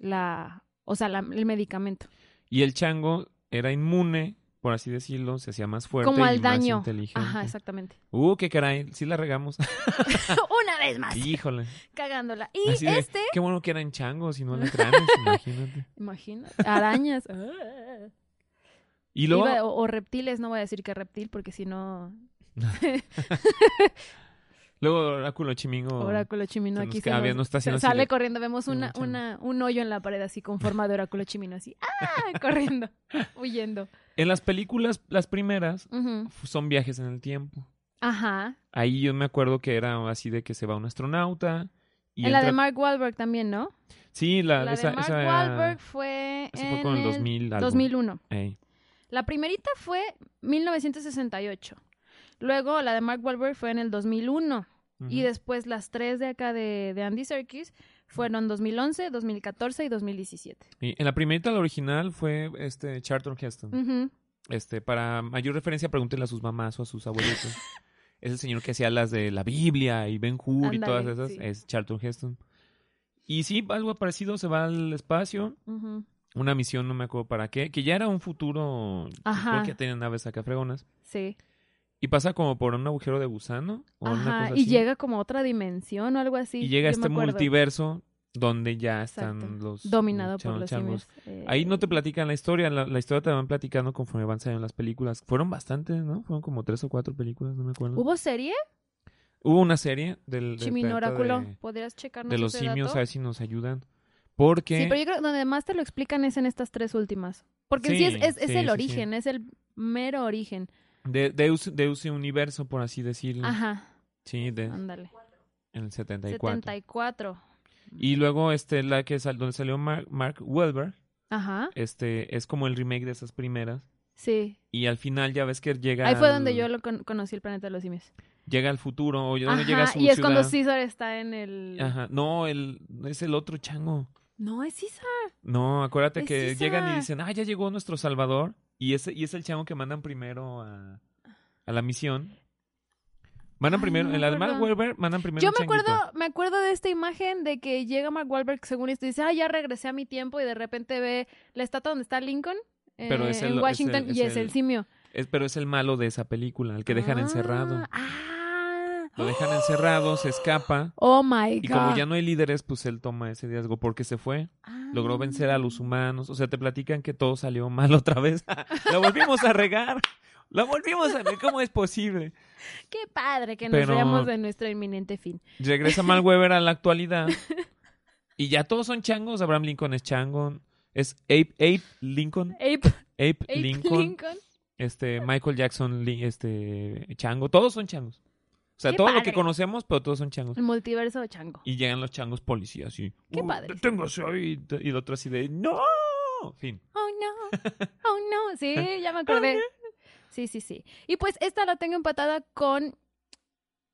la, o sea, la- el medicamento. Y el chango era inmune, por así decirlo, se hacía más fuerte Como y al más daño. inteligente. Ajá, exactamente. Uh, qué caray, sí la regamos. Una vez más, Híjole. cagándola. Y Así de- este, Qué bueno que eran changos y no alacranes, imagínate. imagina, arañas. Ah. Y luego, Iba- o, o reptiles, no voy a decir que reptil, porque si no, luego Oráculo Chimingo. Oráculo Chimino se nos aquí queda se bien, nos- nos está haciendo se- así sale de- corriendo. Vemos de una, mochila. una, un hoyo en la pared así con forma de Oráculo Chimino, así, ¡ah! corriendo, huyendo. En las películas, las primeras, Ujú. f- son viajes en el tiempo. Ajá. Ahí yo me acuerdo que era así de que se va un astronauta. Y en la de entra- Mark Wahlberg también, ¿no? Sí, la, La esa, de Mark esa- ah, Wahlberg fue esa en fue con el 2000 algo. 2001. Ey. La primerita fue 1968. Luego la de Mark Wahlberg fue en el 2001. Y Ujú. después las tres de acá de, de Andy Serkis fueron 2011, 2014 y 2017. Y en la primerita, la original, fue este Charlton Heston. Ujú. Este, para mayor referencia, pregúntenle a sus mamás o a sus abuelitos. es el señor que hacía las de la Biblia y Ben Hur y todas Ándale, esas. sí. Es Charlton Heston. Y sí, algo parecido, se va al espacio. Ujú. Una misión, no me acuerdo para qué. Que ya era un futuro. Ajá. Porque tenían naves acá fregonas. Sí. Y pasa como por un agujero de gusano. O una Ajá. cosa Y así. llega como a otra dimensión o algo así. Y llega yo me este acuerdo. multiverso donde ya están Exacto. los. Dominado los por chan- los changos. simios. eh, Ahí no te platican la historia, la, la historia te la van platicando conforme van saliendo las películas. Fueron bastantes, ¿no? Fueron como tres o cuatro películas, no me acuerdo. Hubo, ¿Hubo serie? una serie del, del Chimino planeta Oráculo. de, ¿Podrías checarnos de los ese simios, dato? a ver si nos ayudan. Porque Sí, pero yo creo que donde más te lo explican es en estas tres últimas. Porque en sí, Sí, es, es- es sí, sí, el sí. origen, es el mero origen. de, Deus, Deus Universo, por así decirlo. Ajá, Sí, de, ándale. en el 74. 74. Y luego este, la que sal- donde salió Mark, Mark Wahlberg, Ajá, este, es como el remake de esas primeras. sí. Y al final ya ves que llega Ahí fue al- donde yo lo con- conocí el planeta de los simios. llega al futuro o donde Ajá, llega a su y es ciudad. cuando César está en el... Ajá. No, el, es el otro chango. No, es César. No, acuérdate Es que llegan y esa. dicen, ah, ya llegó nuestro Salvador. Y es, y es el chavo que mandan primero a, a la misión. Mandan Ay, primero, Ah, no en me la de Mark acuerdo. Wahlberg mandan primero Yo un me changuito. acuerdo, me acuerdo de esta imagen de que llega Mark Wahlberg según esto y dice, ah, ya regresé a mi tiempo y de repente ve la estatua donde está Lincoln eh, Pero es el- en es Washington el- es y es el- el simio. Es- pero es el malo de esa película, el que dejan Ah, encerrado. Ah. Lo dejan encerrado, se escapa. Oh my god. Y como ya no hay líderes, pues él toma ese riesgo porque se fue. Mm. Logró vencer a los humanos. O sea, te platican que todo salió mal otra vez. la volvimos a regar. La volvimos a regar. ¿Cómo es posible? Ah, Qué padre que Pero- nos veamos de nuestro inminente fin. Regresa Mal Weber a la actualidad. Y ya todos son changos. Abraham Lincoln es chango. Es Ape, Ape Lincoln. Ape, Ape, Ape Lincoln. Lincoln. Este, Michael Jackson, Li- este, chango. Todos son changos. O sea, Qué todo lo padre. que conocemos, pero todos son changos. El multiverso de chango. Y llegan los changos policías y... "Uh, Qué "Uy, padre". deténgase ahí", Y el otro así de... ¡No! Fin. Oh no, oh no. Sí, ya me acordé. Sí, sí, sí. Y pues esta la tengo empatada con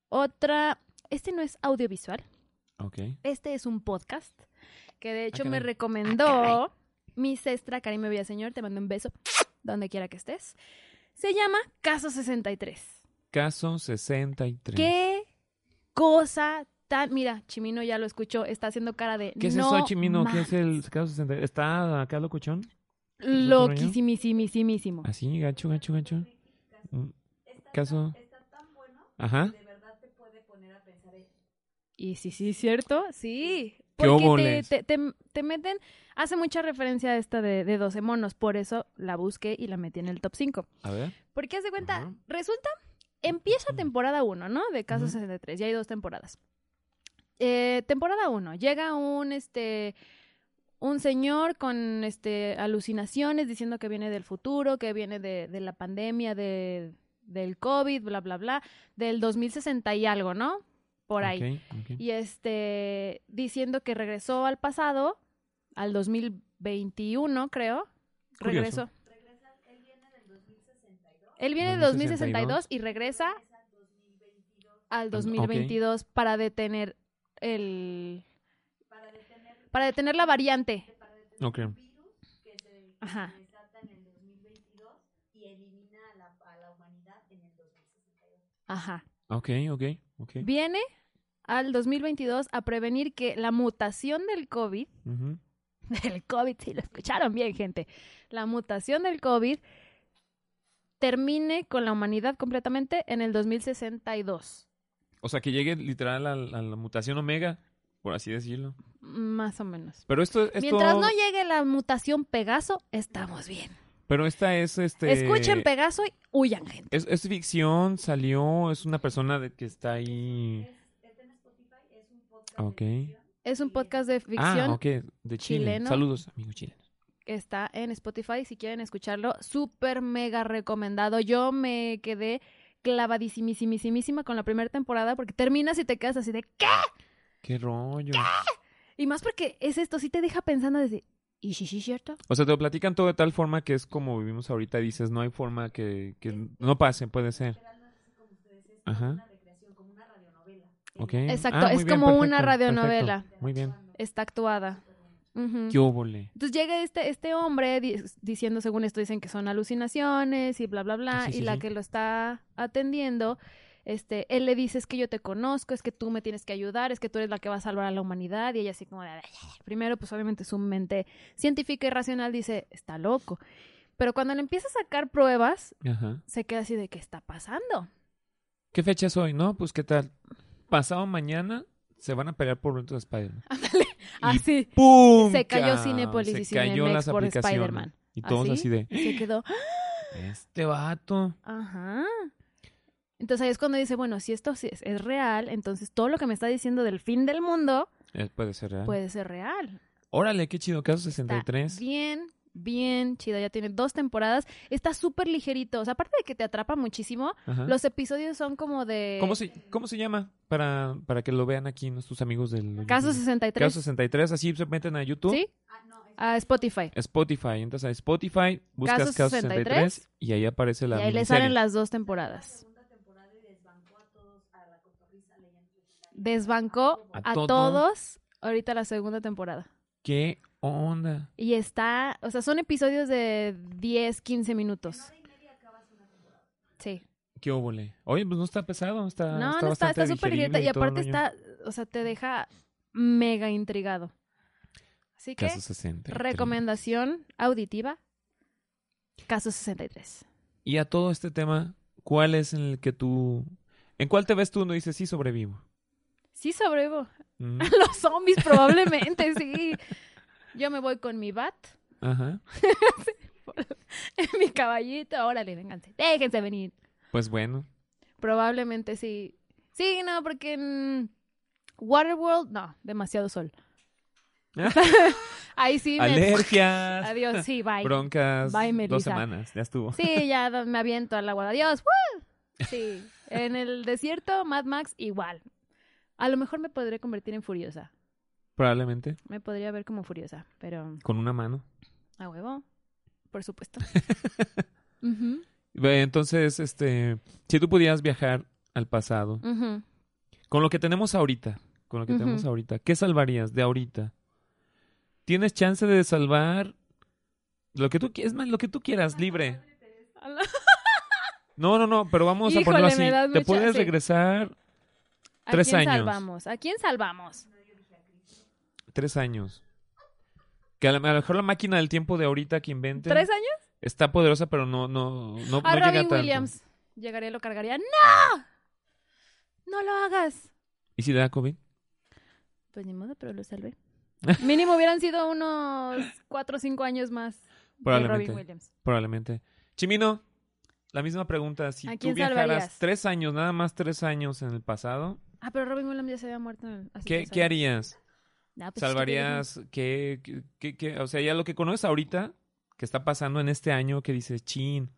otra. Este no es audiovisual, Ok. este es un podcast que de hecho me Ah, caray. recomendó mi sestra Karime Villaseñor. Te mando un beso donde quiera que estés. Se llama Caso 63. Caso 63. Qué cosa tan. Mira, Chimino ya lo escuchó, está haciendo cara de. ¿Qué es "No eso, Chimino? ¿Qué es manches". el caso 63? ¿Está acá locochón? Loquísimísimísimo. Así, ¿Ah, gacho, gacho, gacho. Mm, Caso. Ajá. Y sí, sí, cierto, sí. ¿Qué Porque óboles? te, te- te- te meten. Hace mucha referencia a esta de, de 12 monos, por eso la busqué y la metí en el top 5. A ver. Porque haz de cuenta, Ajá. resulta, empieza Ujú. temporada 1, ¿no? De Caso Ujú. 63, ya hay dos temporadas. Eh, temporada 1, llega un este un señor con este alucinaciones diciendo que viene del futuro, que viene de, de la pandemia de, del COVID, bla bla bla, del 2060 y algo, ¿no? Por ahí Ok, ok. y este diciendo que regresó al pasado, al 2021, creo. Curioso. Regresó. Él viene del 2062 y regresa al 2022 para detener el para detener la variante. Ok. Ajá. Ajá. Ok, ok, ok. Viene al 2022 a prevenir que la mutación del COVID Ujú. del COVID, si lo escucharon bien, gente, la mutación del COVID termine con la humanidad completamente en el 2062, O sea, que llegue literal a, la- a la mutación omega, por así decirlo. más o menos. Pero esto, esto Mientras no llegue la mutación Pegaso, estamos bien. Pero esta es este. Escuchen Pegaso y huyan, gente. Es, es ficción, salió, es una persona de que está ahí. Ok. Es un podcast de Ah, ficción ok, de Chile. chileno. Saludos, amigo chileno. que está en Spotify. Si quieren escucharlo, súper mega recomendado. Yo me quedé clavadísimísimísima con la primera temporada porque terminas y te quedas así de ¿qué? Qué rollo. Y más porque es esto, sí te deja pensando desde ¿y si sí es cierto? O sea, te lo platican todo de tal forma que es como vivimos ahorita. Dices, no hay forma que, que no pase, puede ser. Ajá. Ok. Exacto, Ah, muy es bien, como una perfecto, radionovela. perfecto. Muy bien. Está actuada. Ujú. ¿Qué óvole? Entonces llega este, este hombre di- diciendo, según esto, dicen que son alucinaciones y bla, bla, bla. Sí, sí, y la sí. que lo está atendiendo, este, él le dice, es que yo te conozco, es que tú me tienes que ayudar, es que tú eres la que va a salvar a la humanidad. Y ella así como de, "Ay, ay, ay". primero, pues obviamente su mente científica y racional dice, está loco. Pero cuando le empieza a sacar pruebas, Ajá. se queda así de, ¿qué está pasando? ¿Qué fecha es hoy? No, pues qué tal. Pasado mañana se van a pelear por Into de Spider-Man. Y Así. ¡Pum! Ah, Se cayó ¡Ca! Cinépolis y Se cayó Cinemex las por aplicaciones. Spider-Man. ¿Ah, Y todos ¿Así? así de, Se quedó, este vato. Ajá. Entonces ahí es cuando dice, bueno, si esto sí es, es real, entonces todo lo que me está diciendo del fin del mundo Eh, puede ser real. puede ser real. Órale, qué chido, caso Está 63. bien, bien chida. Ya tiene dos temporadas. Está súper ligerito. O sea, aparte de que te atrapa muchísimo, Ajá. los episodios son como de... Ah. ¿Cómo, se, ¿Cómo se llama? Para, para que lo vean aquí nuestros amigos del... Caso YouTube. 63. Caso 63, así se meten a YouTube. ¿Sí? A Spotify. Spotify, entras a Spotify, buscas Caso Caso 63, y ahí aparece Y la ahí le miniserie. salen las dos temporadas. Desbancó A a todo. todos ahorita la segunda temporada. ¿Qué onda? Y está, o sea, son episodios de 10, 15 minutos. Sí. ¿Qué óvole? Oye, pues no está pesado, está está no, no está, bastante está súper digerible directa y todo el aparte rollo. está, o sea, te deja mega intrigado. Así que, Caso 63. recomendación auditiva, caso 63. Y a todo este tema, ¿cuál es en el que tú... ¿En cuál te ves tú? No dices, sí, sobrevivo. Sí sobrevivo. Mm, Los zombies probablemente, sí. Yo me voy con mi bat, Ajá. mi caballito, órale, vénganse, déjense venir. Pues bueno. Probablemente sí. Sí, no, porque en Waterworld, no, demasiado sol. Ahí sí me... Alergias. Adiós, sí, bye. Broncas. Bye, Melissa. dos semanas, ya estuvo. Sí, ya do- me aviento al agua. Adiós. ¡Woo! Sí, en el desierto, Mad Max, igual. A lo mejor me podría convertir en furiosa. Probablemente. Me podría ver como furiosa, pero Con una mano. a huevo, por supuesto. Ujú, Ve, Entonces, este, si tú pudieras viajar al pasado, ujú. con lo que tenemos ahorita, con lo que Ujú. tenemos ahorita, ¿qué salvarías de ahorita? ¿Tienes chance de salvar lo que tú quieras, más, lo que tú quieras, libre? No, no, no, pero vamos a Híjole, ponerlo me das así. Te mucha- puedes sí. regresar ¿A Tres quién años. salvamos? ¿A quién salvamos? tres años. Que a lo, a lo mejor la máquina del tiempo de ahorita que inventen ¿Tres años? está poderosa, pero no, no, no, no A llega Robbie tanto. Williams. Llegaría y lo cargaría. ¡No! ¡No lo hagas! ¿Y si le da COVID? Pues ni modo, pero lo salvé. Mínimo hubieran sido unos cuatro o cinco años más de Probablemente. Robin Williams. Probablemente. Chimino, la misma pregunta. Si ¿A tú quién viajaras salvarías? tres años, nada más tres años en el pasado, Ah, pero Robin Williams ya se había muerto. en- hace ¿qué, tres qué años. harías? No, pues, ¿Salvarías qué, qué- qué- qué- O sea, ya lo que conoces ahorita, que está pasando en este año, que dices, chin,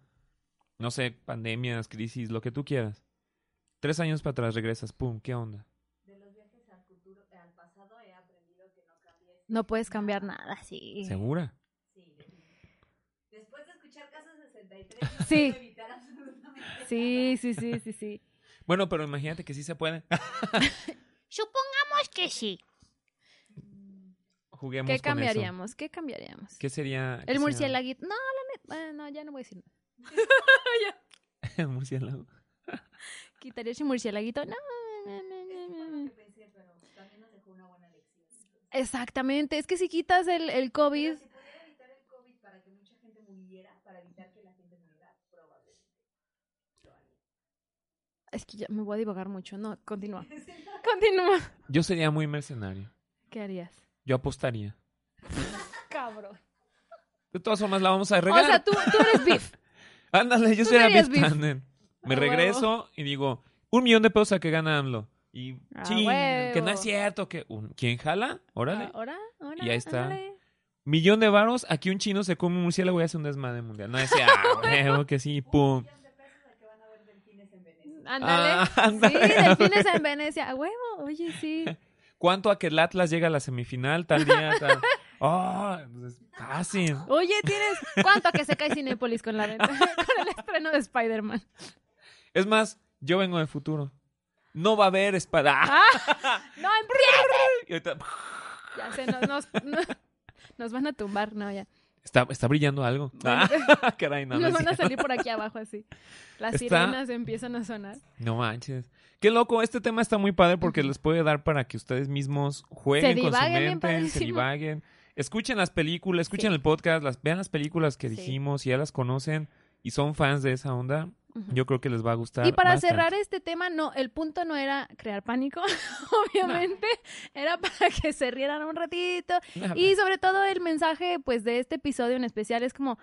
no sé, pandemias, crisis, lo que tú quieras. Tres años para atrás regresas, pum, ¿qué onda? es que- No puedes cambiar nada, sí. ¿Segura? Sí. Sí, sí, sí, sí, sí. Bueno, pero imagínate que sí se puede. Supongamos que sí. Juguemos ¿Qué con eso. cambiaríamos? ¿Qué cambiaríamos? ¿Qué sería? qué El sería? murciélaguito. No, la neta. Bueno, no, ya no voy a decir nada. El murciélago. ¿Quitaría ese murciélaguito? No, no, no, no, no, no. Exactamente. Es que si quitas el, el COVID. Es que ya me voy a divagar mucho. No, continúa. Continúa. Yo sería muy mercenario. ¿Qué harías? Yo apostaría. Cabrón. De todas formas, la vamos a regar. O sea, tú, tú eres beef. Ándale, yo tú sería serías Biff Biff. Tannen. Me A regreso y digo, un millón de pesos a que gana AMLO. Y A chin, que no es Ah, huevo. Ah, cierto, que un- ¿quién jala? Órale. Ahora, ahora, Y ahí está. ándale. Millón de varos, aquí un chino se come un murciélago y hace un desmadre mundial. No decía, ah, huevo, que sí, pum. Ándale. Ah, ándale. Sí, delfines en Venecia. A huevo, oye, sí. ¿Cuánto a que el Atlas llega a la semifinal tal día? Tal? Ah, pues es fácil. Oye, tienes. ¿Cuánto que se cae Cinépolis con la venta? con el estreno de Spider-Man. Es más, yo vengo del futuro. No va a haber espada. Ah. No, empieza. Y ahorita, Ya sé, nos, nos, no- nos van a tumbar, no, ya. está, está brillando algo. Bueno, Ah, caray, no, no nos es van a cierto. salir por aquí abajo así. Las Está- sirenas empiezan a sonar. No manches. Qué loco, este tema está muy padre porque Ujú. les puede dar para que ustedes mismos jueguen Se con su divaguen bien mente, se padrísimo. divaguen. Escuchen las películas, escuchen Sí. el podcast, las, vean las películas que Sí. dijimos, si ya las conocen y son fans de esa onda, Ujú. yo creo que les va a gustar. Y para bastante. cerrar este tema, no, el punto no era crear pánico, obviamente, era para que se rieran un ratito. Nah, Y sobre todo el mensaje, pues, de este episodio en especial es como,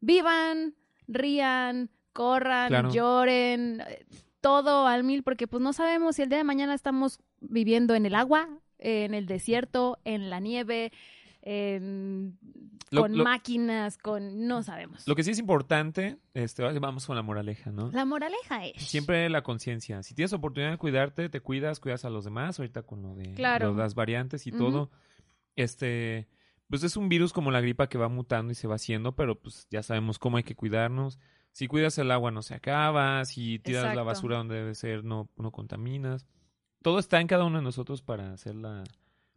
vivan, rían, corran, Claro. lloren, eh, todo al mil, porque pues no sabemos si el día de mañana estamos viviendo en el agua, eh, en el desierto, en la nieve, en- Lo- con lo- máquinas, con... no sabemos. Lo que sí es importante, este, vamos con la moraleja, ¿no? La moraleja es... Siempre la conciencia. Si tienes oportunidad de cuidarte, te cuidas, cuidas a los demás, ahorita con lo de Claro. lo- las variantes y Ujú. todo. Este, pues es un virus como la gripa que va mutando y se va haciendo, pero pues ya sabemos cómo hay que cuidarnos. Si cuidas el agua no se acaba, si tiras la Exacto. basura donde debe ser no, no contaminas. Todo está en cada uno de nosotros para hacerla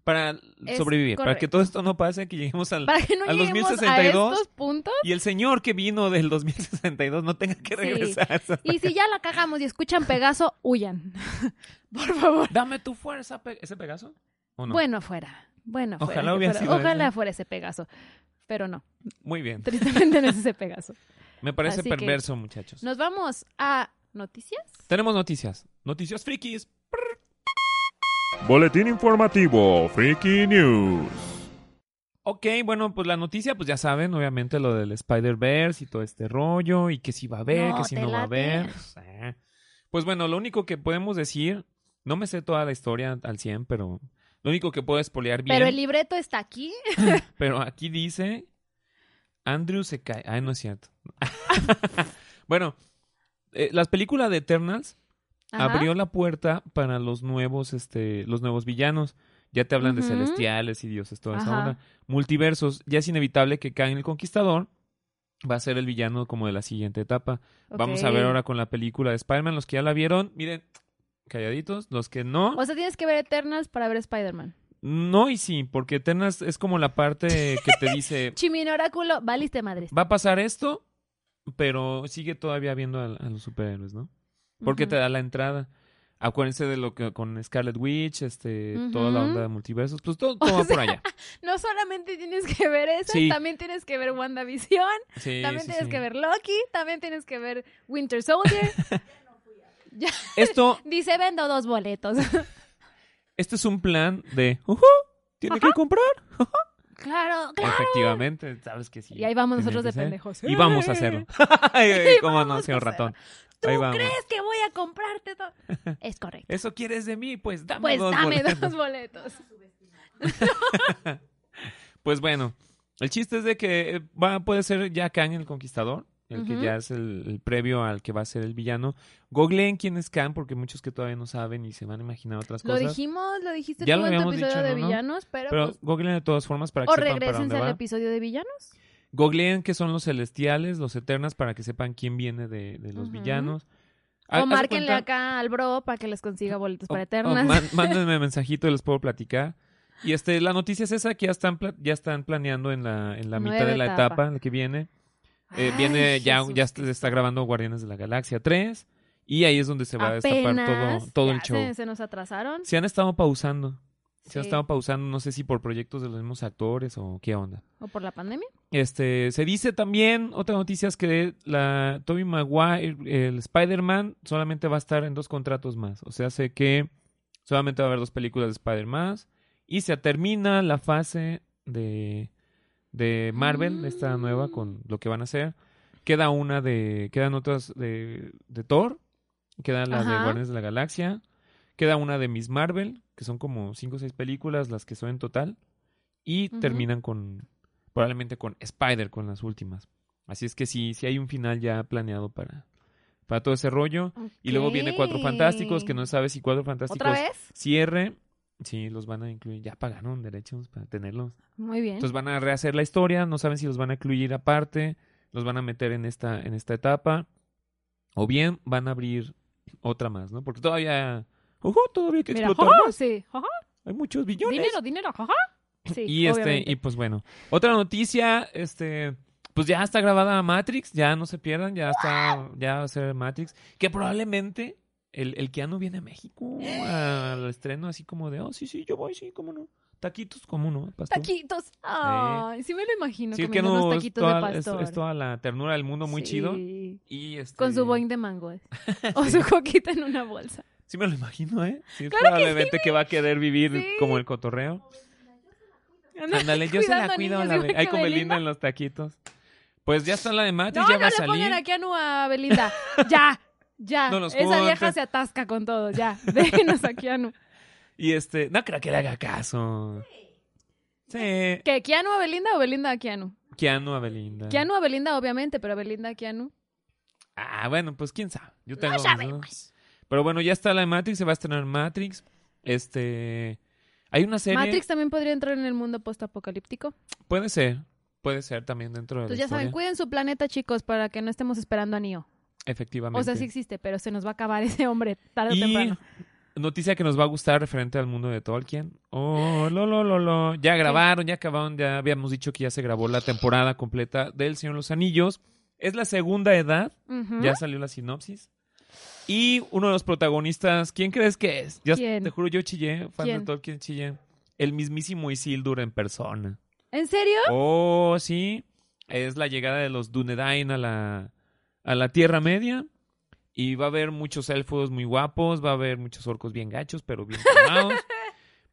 para Es sobrevivir, para que correcto. todo esto no pase, que lleguemos al Para que no Al lleguemos 2062. a estos puntos. y el señor que vino del 2062 no tenga que Sí. regresar. Y si ya la cagamos y escuchan Pegaso, huyan. Por favor. Dame tu fuerza, Pe- ese Pegaso. ¿O no? Bueno fuera. Bueno fuera. Ojalá que hubiera fuera. sido Ojalá ese. fuera ese Pegaso. Pero no. Muy bien. Tristemente no es ese Pegaso. Me parece Así que- perverso, muchachos. Nos vamos a noticias. Tenemos noticias. Noticias frikis. Boletín informativo, Freaky News. Ok, bueno, pues la noticia, pues ya saben, obviamente lo del Spider-Verse y todo este rollo, y que si va a haber, No, que si te no va a late. haber. Pues, eh. Pues bueno, lo único que podemos decir, no me sé toda la historia al 100, pero lo único que puedo espolear bien, Pero el libreto está aquí. pero aquí dice, Andrew se cae. Ay, no es cierto. bueno, eh, las películas de Eternals Ajá. abrió la puerta para los nuevos, este, los nuevos villanos. Ya te hablan de Ujú. celestiales y dioses, toda esa Ajá. onda. Multiversos, ya es inevitable que Kang el Conquistador va a ser el villano como de la siguiente etapa. Ok. Vamos a ver ahora con la película de Spider-Man, los que ya la vieron, miren, calladitos, los que no, O sea, tienes que ver Eternals para ver Spider-Man. no y sí, porque Eternas es como la parte que te dice, Chimino Oráculo, valiste madres. va a pasar esto, pero sigue todavía viendo a, a los superhéroes, ¿no? Porque Ujú. te da la entrada. Acuérdense de lo que con Scarlet Witch, este, toda la Ujú. onda de multiversos, pues todo, todo va por allá. No solamente tienes que ver eso, Sí. también tienes que ver WandaVision, Sí, también sí, tienes sí. que ver Loki, también tienes que ver Winter Soldier. Esto, Dice, vendo dos boletos. este es un plan de, ujú, tiene que comprar. claro, claro. Efectivamente, sabes que sí. Y ahí vamos tiene nosotros que de ser. pendejos. Y vamos a hacerlo. Ay, ay, ¿Cómo no, vamos a señor ratón? ¿Tú Ahí vamos. crees que voy a comprarte todo? Es correcto. ¿Eso quieres de mí? Pues dame Pues dos dame boletos. dos boletos. Pues bueno, el chiste es de que eh, va, puede ser ya Kang el Conquistador, el que Ujú. ya es el, el previo al que va a ser el villano. Googleen quién es Kang, porque muchos que todavía no saben y se van a imaginar otras Lo cosas. dijimos, lo dijiste Ya tú lo en tu habíamos episodio dicho, de ¿no? villanos, pero, Pero pues, googleen de todas formas para que o sepan para regresense dónde al va. episodio de villanos. Googleen que son los celestiales, los eternas, para que sepan quién viene de, de los Ujú. villanos. Ha- O haz de márquenle cuenta- acá al bro para que les consiga boletos o- para o Eternas. man- eh, mándenme mensajito y les puedo platicar. Y este, la noticia es esa que ya están, pla- ya están planeando en la, en la mitad Nueva de la etapa, etapa. en la que viene. Eh, Ay, viene ya, Jesús ya se Cristo. está grabando Guardianes de la Galaxia 3 y ahí es donde se va a destapar todo, Apenas, todo ya el show. Se, se nos atrasaron. Se han estado pausando. Se han Sí. estado pausando, no sé si por proyectos de los mismos actores o qué onda. ¿O por la pandemia? Este, se dice también, otra noticia es que la Toby Maguire, el Spider-Man, solamente va a estar en dos contratos más. O sea, sé que solamente va a haber dos películas de Spider-Man y se termina la fase de, de Marvel, Mm. esta nueva con lo que van a hacer. Queda una de, quedan otras de, de Thor, queda la de Ajá. Guardianes de la Galaxia, queda una de Miss Marvel, que son como cinco o seis películas las que son en total, y Ujú. terminan con, probablemente con Spider, con las últimas. Así es que sí, sí hay un final ya planeado para, para todo ese rollo. Y luego viene Cuatro Fantásticos, que no sabes si Cuatro Fantásticos ¿Otra vez? cierre. Sí, los van a incluir. Ya pagaron derechos para tenerlos. Muy bien. Entonces van a rehacer la historia. No saben si los van a incluir aparte. Los van a meter en esta, en esta etapa. O bien van a abrir otra más, ¿no? Porque todavía. ¡Ojo! Todavía hay que pues. Mira, explotar ajá, más. sí, ajá, Hay muchos billones. dinero, dinero, ajá. Sí, y este, obviamente. y pues bueno. Otra noticia, este. Pues ya está grabada Matrix, ya no se pierdan, ya está, ya va a ser Matrix. Que probablemente el, el Keanu viene a México al estreno así como de, oh, sí, sí, yo voy, sí, cómo no. Taquitos, cómo no, pastor. Taquitos. Ay, sí me lo imagino Sí, el comiendo Keanu unos es taquitos de toda, es- pastor. es toda la ternura del mundo, muy chido. Sí. Y este, Con su boing de mango. O su coquita en una bolsa. Sí me lo imagino, ¿eh? Sí, Claro que sí, probablemente que, va a querer vivir Sí. como el cotorreo. Anda Ándale, yo se cuidando la cuido. niños, La... igual Hay que con Belinda Belinda. en los taquitos. Pues ya está la de Matrix, No, ya no va a le salir. pongan aquí a Nua, Belinda. Ya, ya. No nos Esa vieja juntes. se atasca con todo, ya. Déjenos aquí a Keanu. Y este, no creo que le haga caso. Sí. ¿Que Keanu a Belinda o Belinda a Keanu? Keanu a Belinda. Keanu a Belinda, obviamente, pero a Belinda a Keanu. Ah, bueno, pues quién sabe. Yo tengo No mis dudas. pues. sabemos. Pero bueno, ya está la de Matrix, se va a estrenar Matrix. Este. Hay una serie. Matrix también podría entrar en el mundo postapocalíptico. Puede ser. Puede ser también dentro de la Entonces Pues ya saben, historia. cuiden su planeta, chicos, para que no estemos esperando a Neo. Efectivamente. O sea, sí existe, pero se nos va a acabar ese hombre tarde o Y temprano. noticia que nos va a gustar referente al mundo de Tolkien. Oh, lo, lo, lo, lo. Ya grabaron, ya acabaron, ya habíamos dicho que ya se grabó la temporada completa del Señor de los Anillos. Es la segunda edad, Ujú. ya salió la sinopsis. Y uno de los protagonistas, ¿quién crees que es? Ya ¿Quién? te juro, yo chillé, fan de ¿Quién? Tolkien, chillé. El mismísimo Isildur en persona. ¿En serio? Oh, sí. Es la llegada de los Dunedain a la, a la Tierra Media. Y va a haber muchos elfos muy guapos. Va a haber muchos orcos bien gachos, pero bien formados.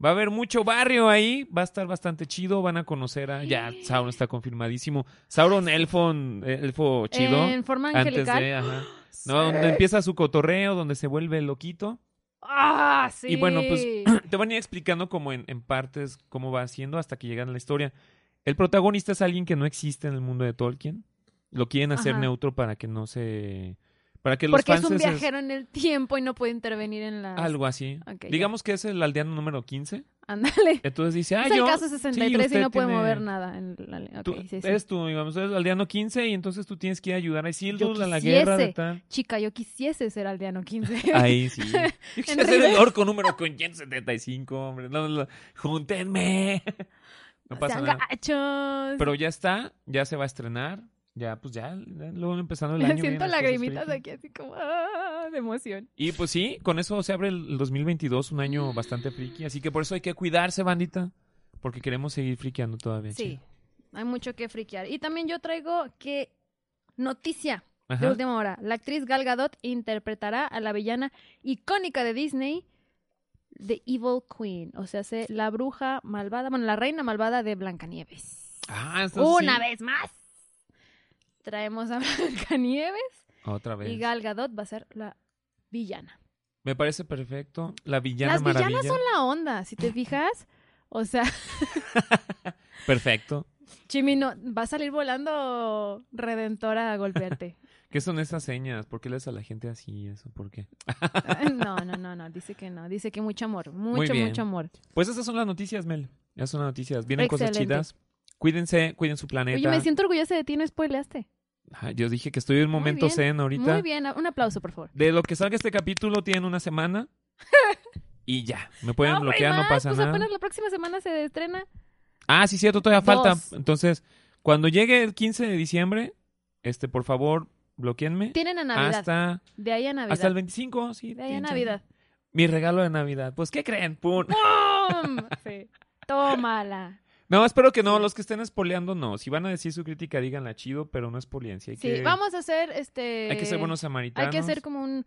Va a haber mucho barrio ahí. Va a estar bastante chido. Van a conocer a. Ya, Sauron está confirmadísimo. Sauron, elfo, elfo chido. En forma Antes angelical. de. Ajá. No, donde empieza su cotorreo, donde se vuelve loquito. Ah, sí. Y bueno, pues, te van a ir explicando como en, en partes cómo va haciendo hasta que llegan a la historia. El protagonista es alguien que no existe en el mundo de Tolkien. Lo quieren hacer Ajá. neutro para que no se... Para que los Porque es fans un se- viajero en el tiempo y no puede intervenir en la. Algo así. Ok, ya. Digamos que es el aldeano número 15. Ándale. Entonces dice, ah, es yo... Pues el caso 63 sí, y no puede usted mover tiene- nada. En la... ok, tú- sí, sí. Eres tú, digamos, eres el aldeano 15 y entonces tú tienes que ir a ayudar a Isildur Yo a la guerra de quisiese. tal... Chica, yo quisiese ser aldeano 15. Ahí sí. Yo quisiera ser Rivers. el orco número 575, hombre. No, no, no. ¡Júntenme! No pasa Sean nada. gachos. Pero ya está, ya se va a estrenar. Ya, pues ya, ya luego empezando el año. Me vienen siento las cosas lagrimitas friki. aquí, así como ah, de emoción. Y pues sí, con eso se abre el 2022, un Mm. año bastante friki. Así que por eso hay que cuidarse, bandita. Porque queremos seguir friqueando todavía. Sí, chido. hay mucho que friquear. Y también yo traigo que noticia Ajá. de última hora. La actriz Gal Gadot interpretará a la villana icónica de Disney, The Evil Queen. O sea, se- la bruja malvada, bueno, la reina malvada de Blancanieves. Ah, entonces sí. Una vez más. Traemos a Blancanieves Otra vez. y Gal Gadot va a ser la villana. Me parece perfecto. La villana Las villanas maravilla. son la onda, si te fijas. O sea, Perfecto. Chimino, va a salir volando Redentora a golpearte. ¿Qué son esas señas? ¿Por qué le das a la gente así eso? ¿Por qué? No, no, no, no, dice que no, dice que mucho amor, mucho, bien. mucho amor. Pues esas son las noticias, Mel. Esas son las noticias. Vienen cosas Excelente. chidas. Cuídense, cuiden su planeta. Oye, me siento orgullosa de ti, no spoileaste. Ajá, Yo dije que estoy en un Muy momento bien, zen ahorita. Muy bien, un aplauso, por favor. De lo que salga este capítulo tienen una semana. y ya. Me pueden No, bloquear, pues no más, pasa pues nada. apenas la próxima semana se estrena. Ah, sí, cierto, todavía falta. Dos. Entonces, cuando llegue el 15 de diciembre, este, por favor, bloqueenme. Tienen a Navidad, Hasta, de ahí a Navidad. hasta el 25, sí. De ahí a tienen Navidad. chance. Mi regalo de Navidad. Pues, ¿qué creen? Pum. ¡Pum! Sí. Tómala. No, espero que no. Sí. Los que estén espoleando, no. Si van a decir su crítica, díganla chido, pero no es Sí, vamos a hacer este... Hay que ser buenos samaritanos. Hay que hacer como un...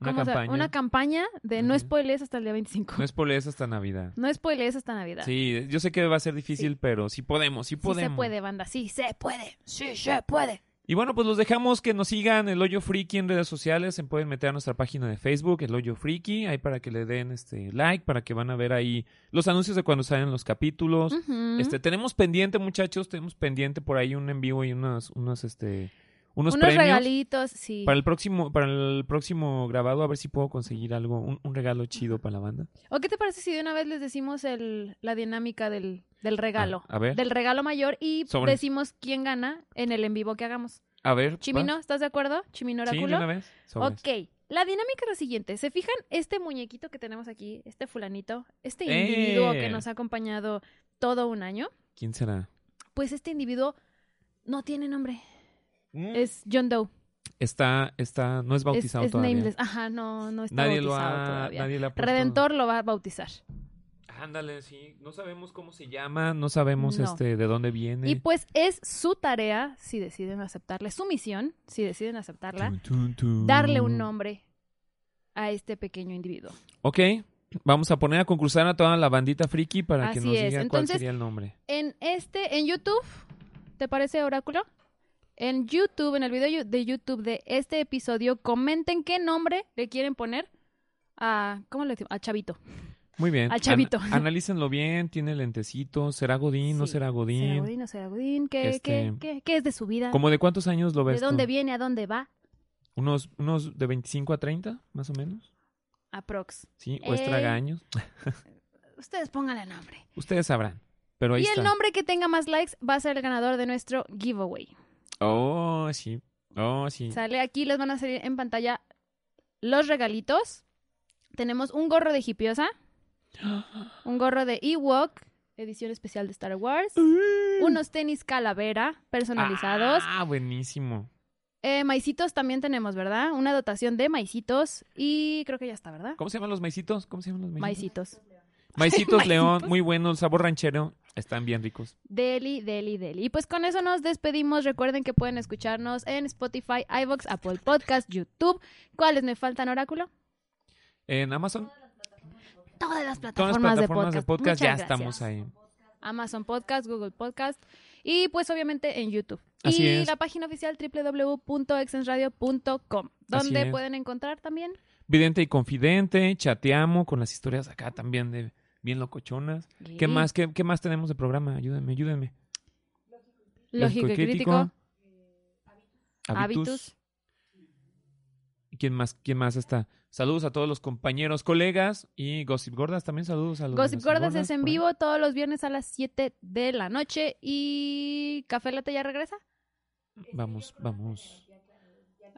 Una ¿cómo se- campaña. una campaña de no Ujú. spoilees hasta el día 25. No spoilees hasta Navidad. No spoilees hasta Navidad. Sí, yo sé que va a ser difícil, pero sí podemos, sí Sí podemos. se puede, banda. Sí se puede. Sí, se puede. Y bueno, pues los dejamos que nos sigan el Hoyo Friki en redes sociales. Se pueden meter a nuestra página de Facebook, el Hoyo Friki, ahí para que le den este like, para que van a ver ahí los anuncios de cuando salen los capítulos. Ujú. Este, tenemos pendiente, muchachos, tenemos pendiente por ahí un en vivo y unos, unos, este, unos, Unos, premios. regalitos, sí. Para el próximo, para el próximo grabado, a ver si puedo conseguir algo, un, un regalo chido para la banda. ¿O qué te parece si de una vez les decimos el, la dinámica del, del regalo? Ah, a ver, Del regalo mayor y Sobre. decimos quién gana en el en vivo que hagamos. a ver. Chimino, ¿va? ¿estás de acuerdo? Chimino Sí, de Oráculo. una vez. Sobres. ok. La dinámica es la siguiente. ¿Se fijan este muñequito que tenemos aquí? Este fulanito, este ¡Eh! individuo que nos ha acompañado todo un año. ¿Quién será? Pues este individuo no tiene nombre. Es John Doe. Está, está, no es Es, bautizado es todavía. nameless. Ajá, no, no está Nadie lo bautizado ha, todavía. nadie le ha puesto- Redentor lo va a bautizar. Ándale, sí. No sabemos cómo se llama, no sabemos No. este de dónde viene. Y pues es su tarea, si deciden aceptarla, es su misión, si deciden aceptarla, Tun, tun, tun. darle un nombre a este pequeño individuo. Ok, vamos a poner a concursar a toda la bandita friki para que Así nos es. diga cuál Entonces, sería el nombre. En este, en YouTube, ¿te parece oráculo? En YouTube, en el video yo- de YouTube de este episodio, comenten qué nombre le quieren poner a, ¿cómo le decimos? A Chavito. Muy bien. al chavito. Ana- analícenlo bien, tiene lentecitos, será Godín, no Sí, será Godín. ¿Será Godín o será Godín? ¿Qué, Este- qué- qué- qué es de su vida? ¿Cómo de cuántos años lo ves? ¿De dónde tú? viene? ¿A dónde va? Unos, unos de 25 a 30, más o menos. Aprox. Sí, o Eh. estragaños. Ustedes pónganle nombre. Ustedes sabrán. Pero ahí y está. el nombre que tenga más likes va a ser el ganador de nuestro giveaway. Oh, sí. Oh, sí. Sale aquí, les van a salir en pantalla los regalitos. Tenemos un gorro de hipiosa, un gorro de Ewok, edición especial de Star Wars, unos tenis calavera personalizados, Ah, buenísimo. Eh, maicitos también tenemos, ¿verdad? Una dotación de maicitos y creo que ya está, ¿verdad? ¿Cómo se llaman los maicitos? ¿Cómo se llaman los maicitos? Maicitos. Maicitos León, Maicitos. muy buenos, sabor ranchero, están bien ricos. Deli, deli, deli. Y pues con eso nos despedimos. Recuerden que pueden escucharnos en Spotify, iVoox, Apple Podcast, YouTube. ¿Cuáles me faltan, Oráculo? En Amazon, Todas las plataformas. todas las Plataformas de plataformas de podcast. podcast, ya Muchas estamos gracias. ahí. Amazon Podcast, Google Podcast y pues obviamente en YouTube. Así y es. la página oficial www.exensradio.com, Así donde es. pueden encontrar también. Vidente y confidente, chateamos con las historias acá también de bien locochonas. ¿Qué más qué, qué más tenemos de programa? Ayúdenme, ayúdenme. Lógico y crítico. Habitus. Habitus. ¿Y quién más quién más está? Saludos a todos los compañeros, colegas y Gossip Gordas también saludos a los de Gossip Gordas es en por ahí. vivo todos los viernes a las 7 de la noche y Café Latte ya regresa. Vamos, vamos.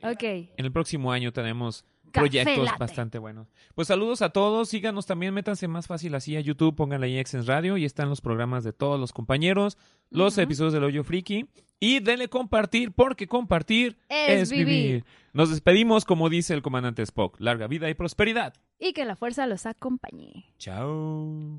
Ok. En el próximo año tenemos Café proyectos Latte. bastante buenos. Pues saludos a todos, síganos también, métanse más fácil así a YouTube, pónganle ahí Exens Radio y están los programas de todos los compañeros, los Ujú. episodios del Hoyo Friki y denle compartir porque compartir Es es vivir. vivir. Nos despedimos como dice el comandante Spock, larga vida y prosperidad. Y que la fuerza los acompañe. Chao.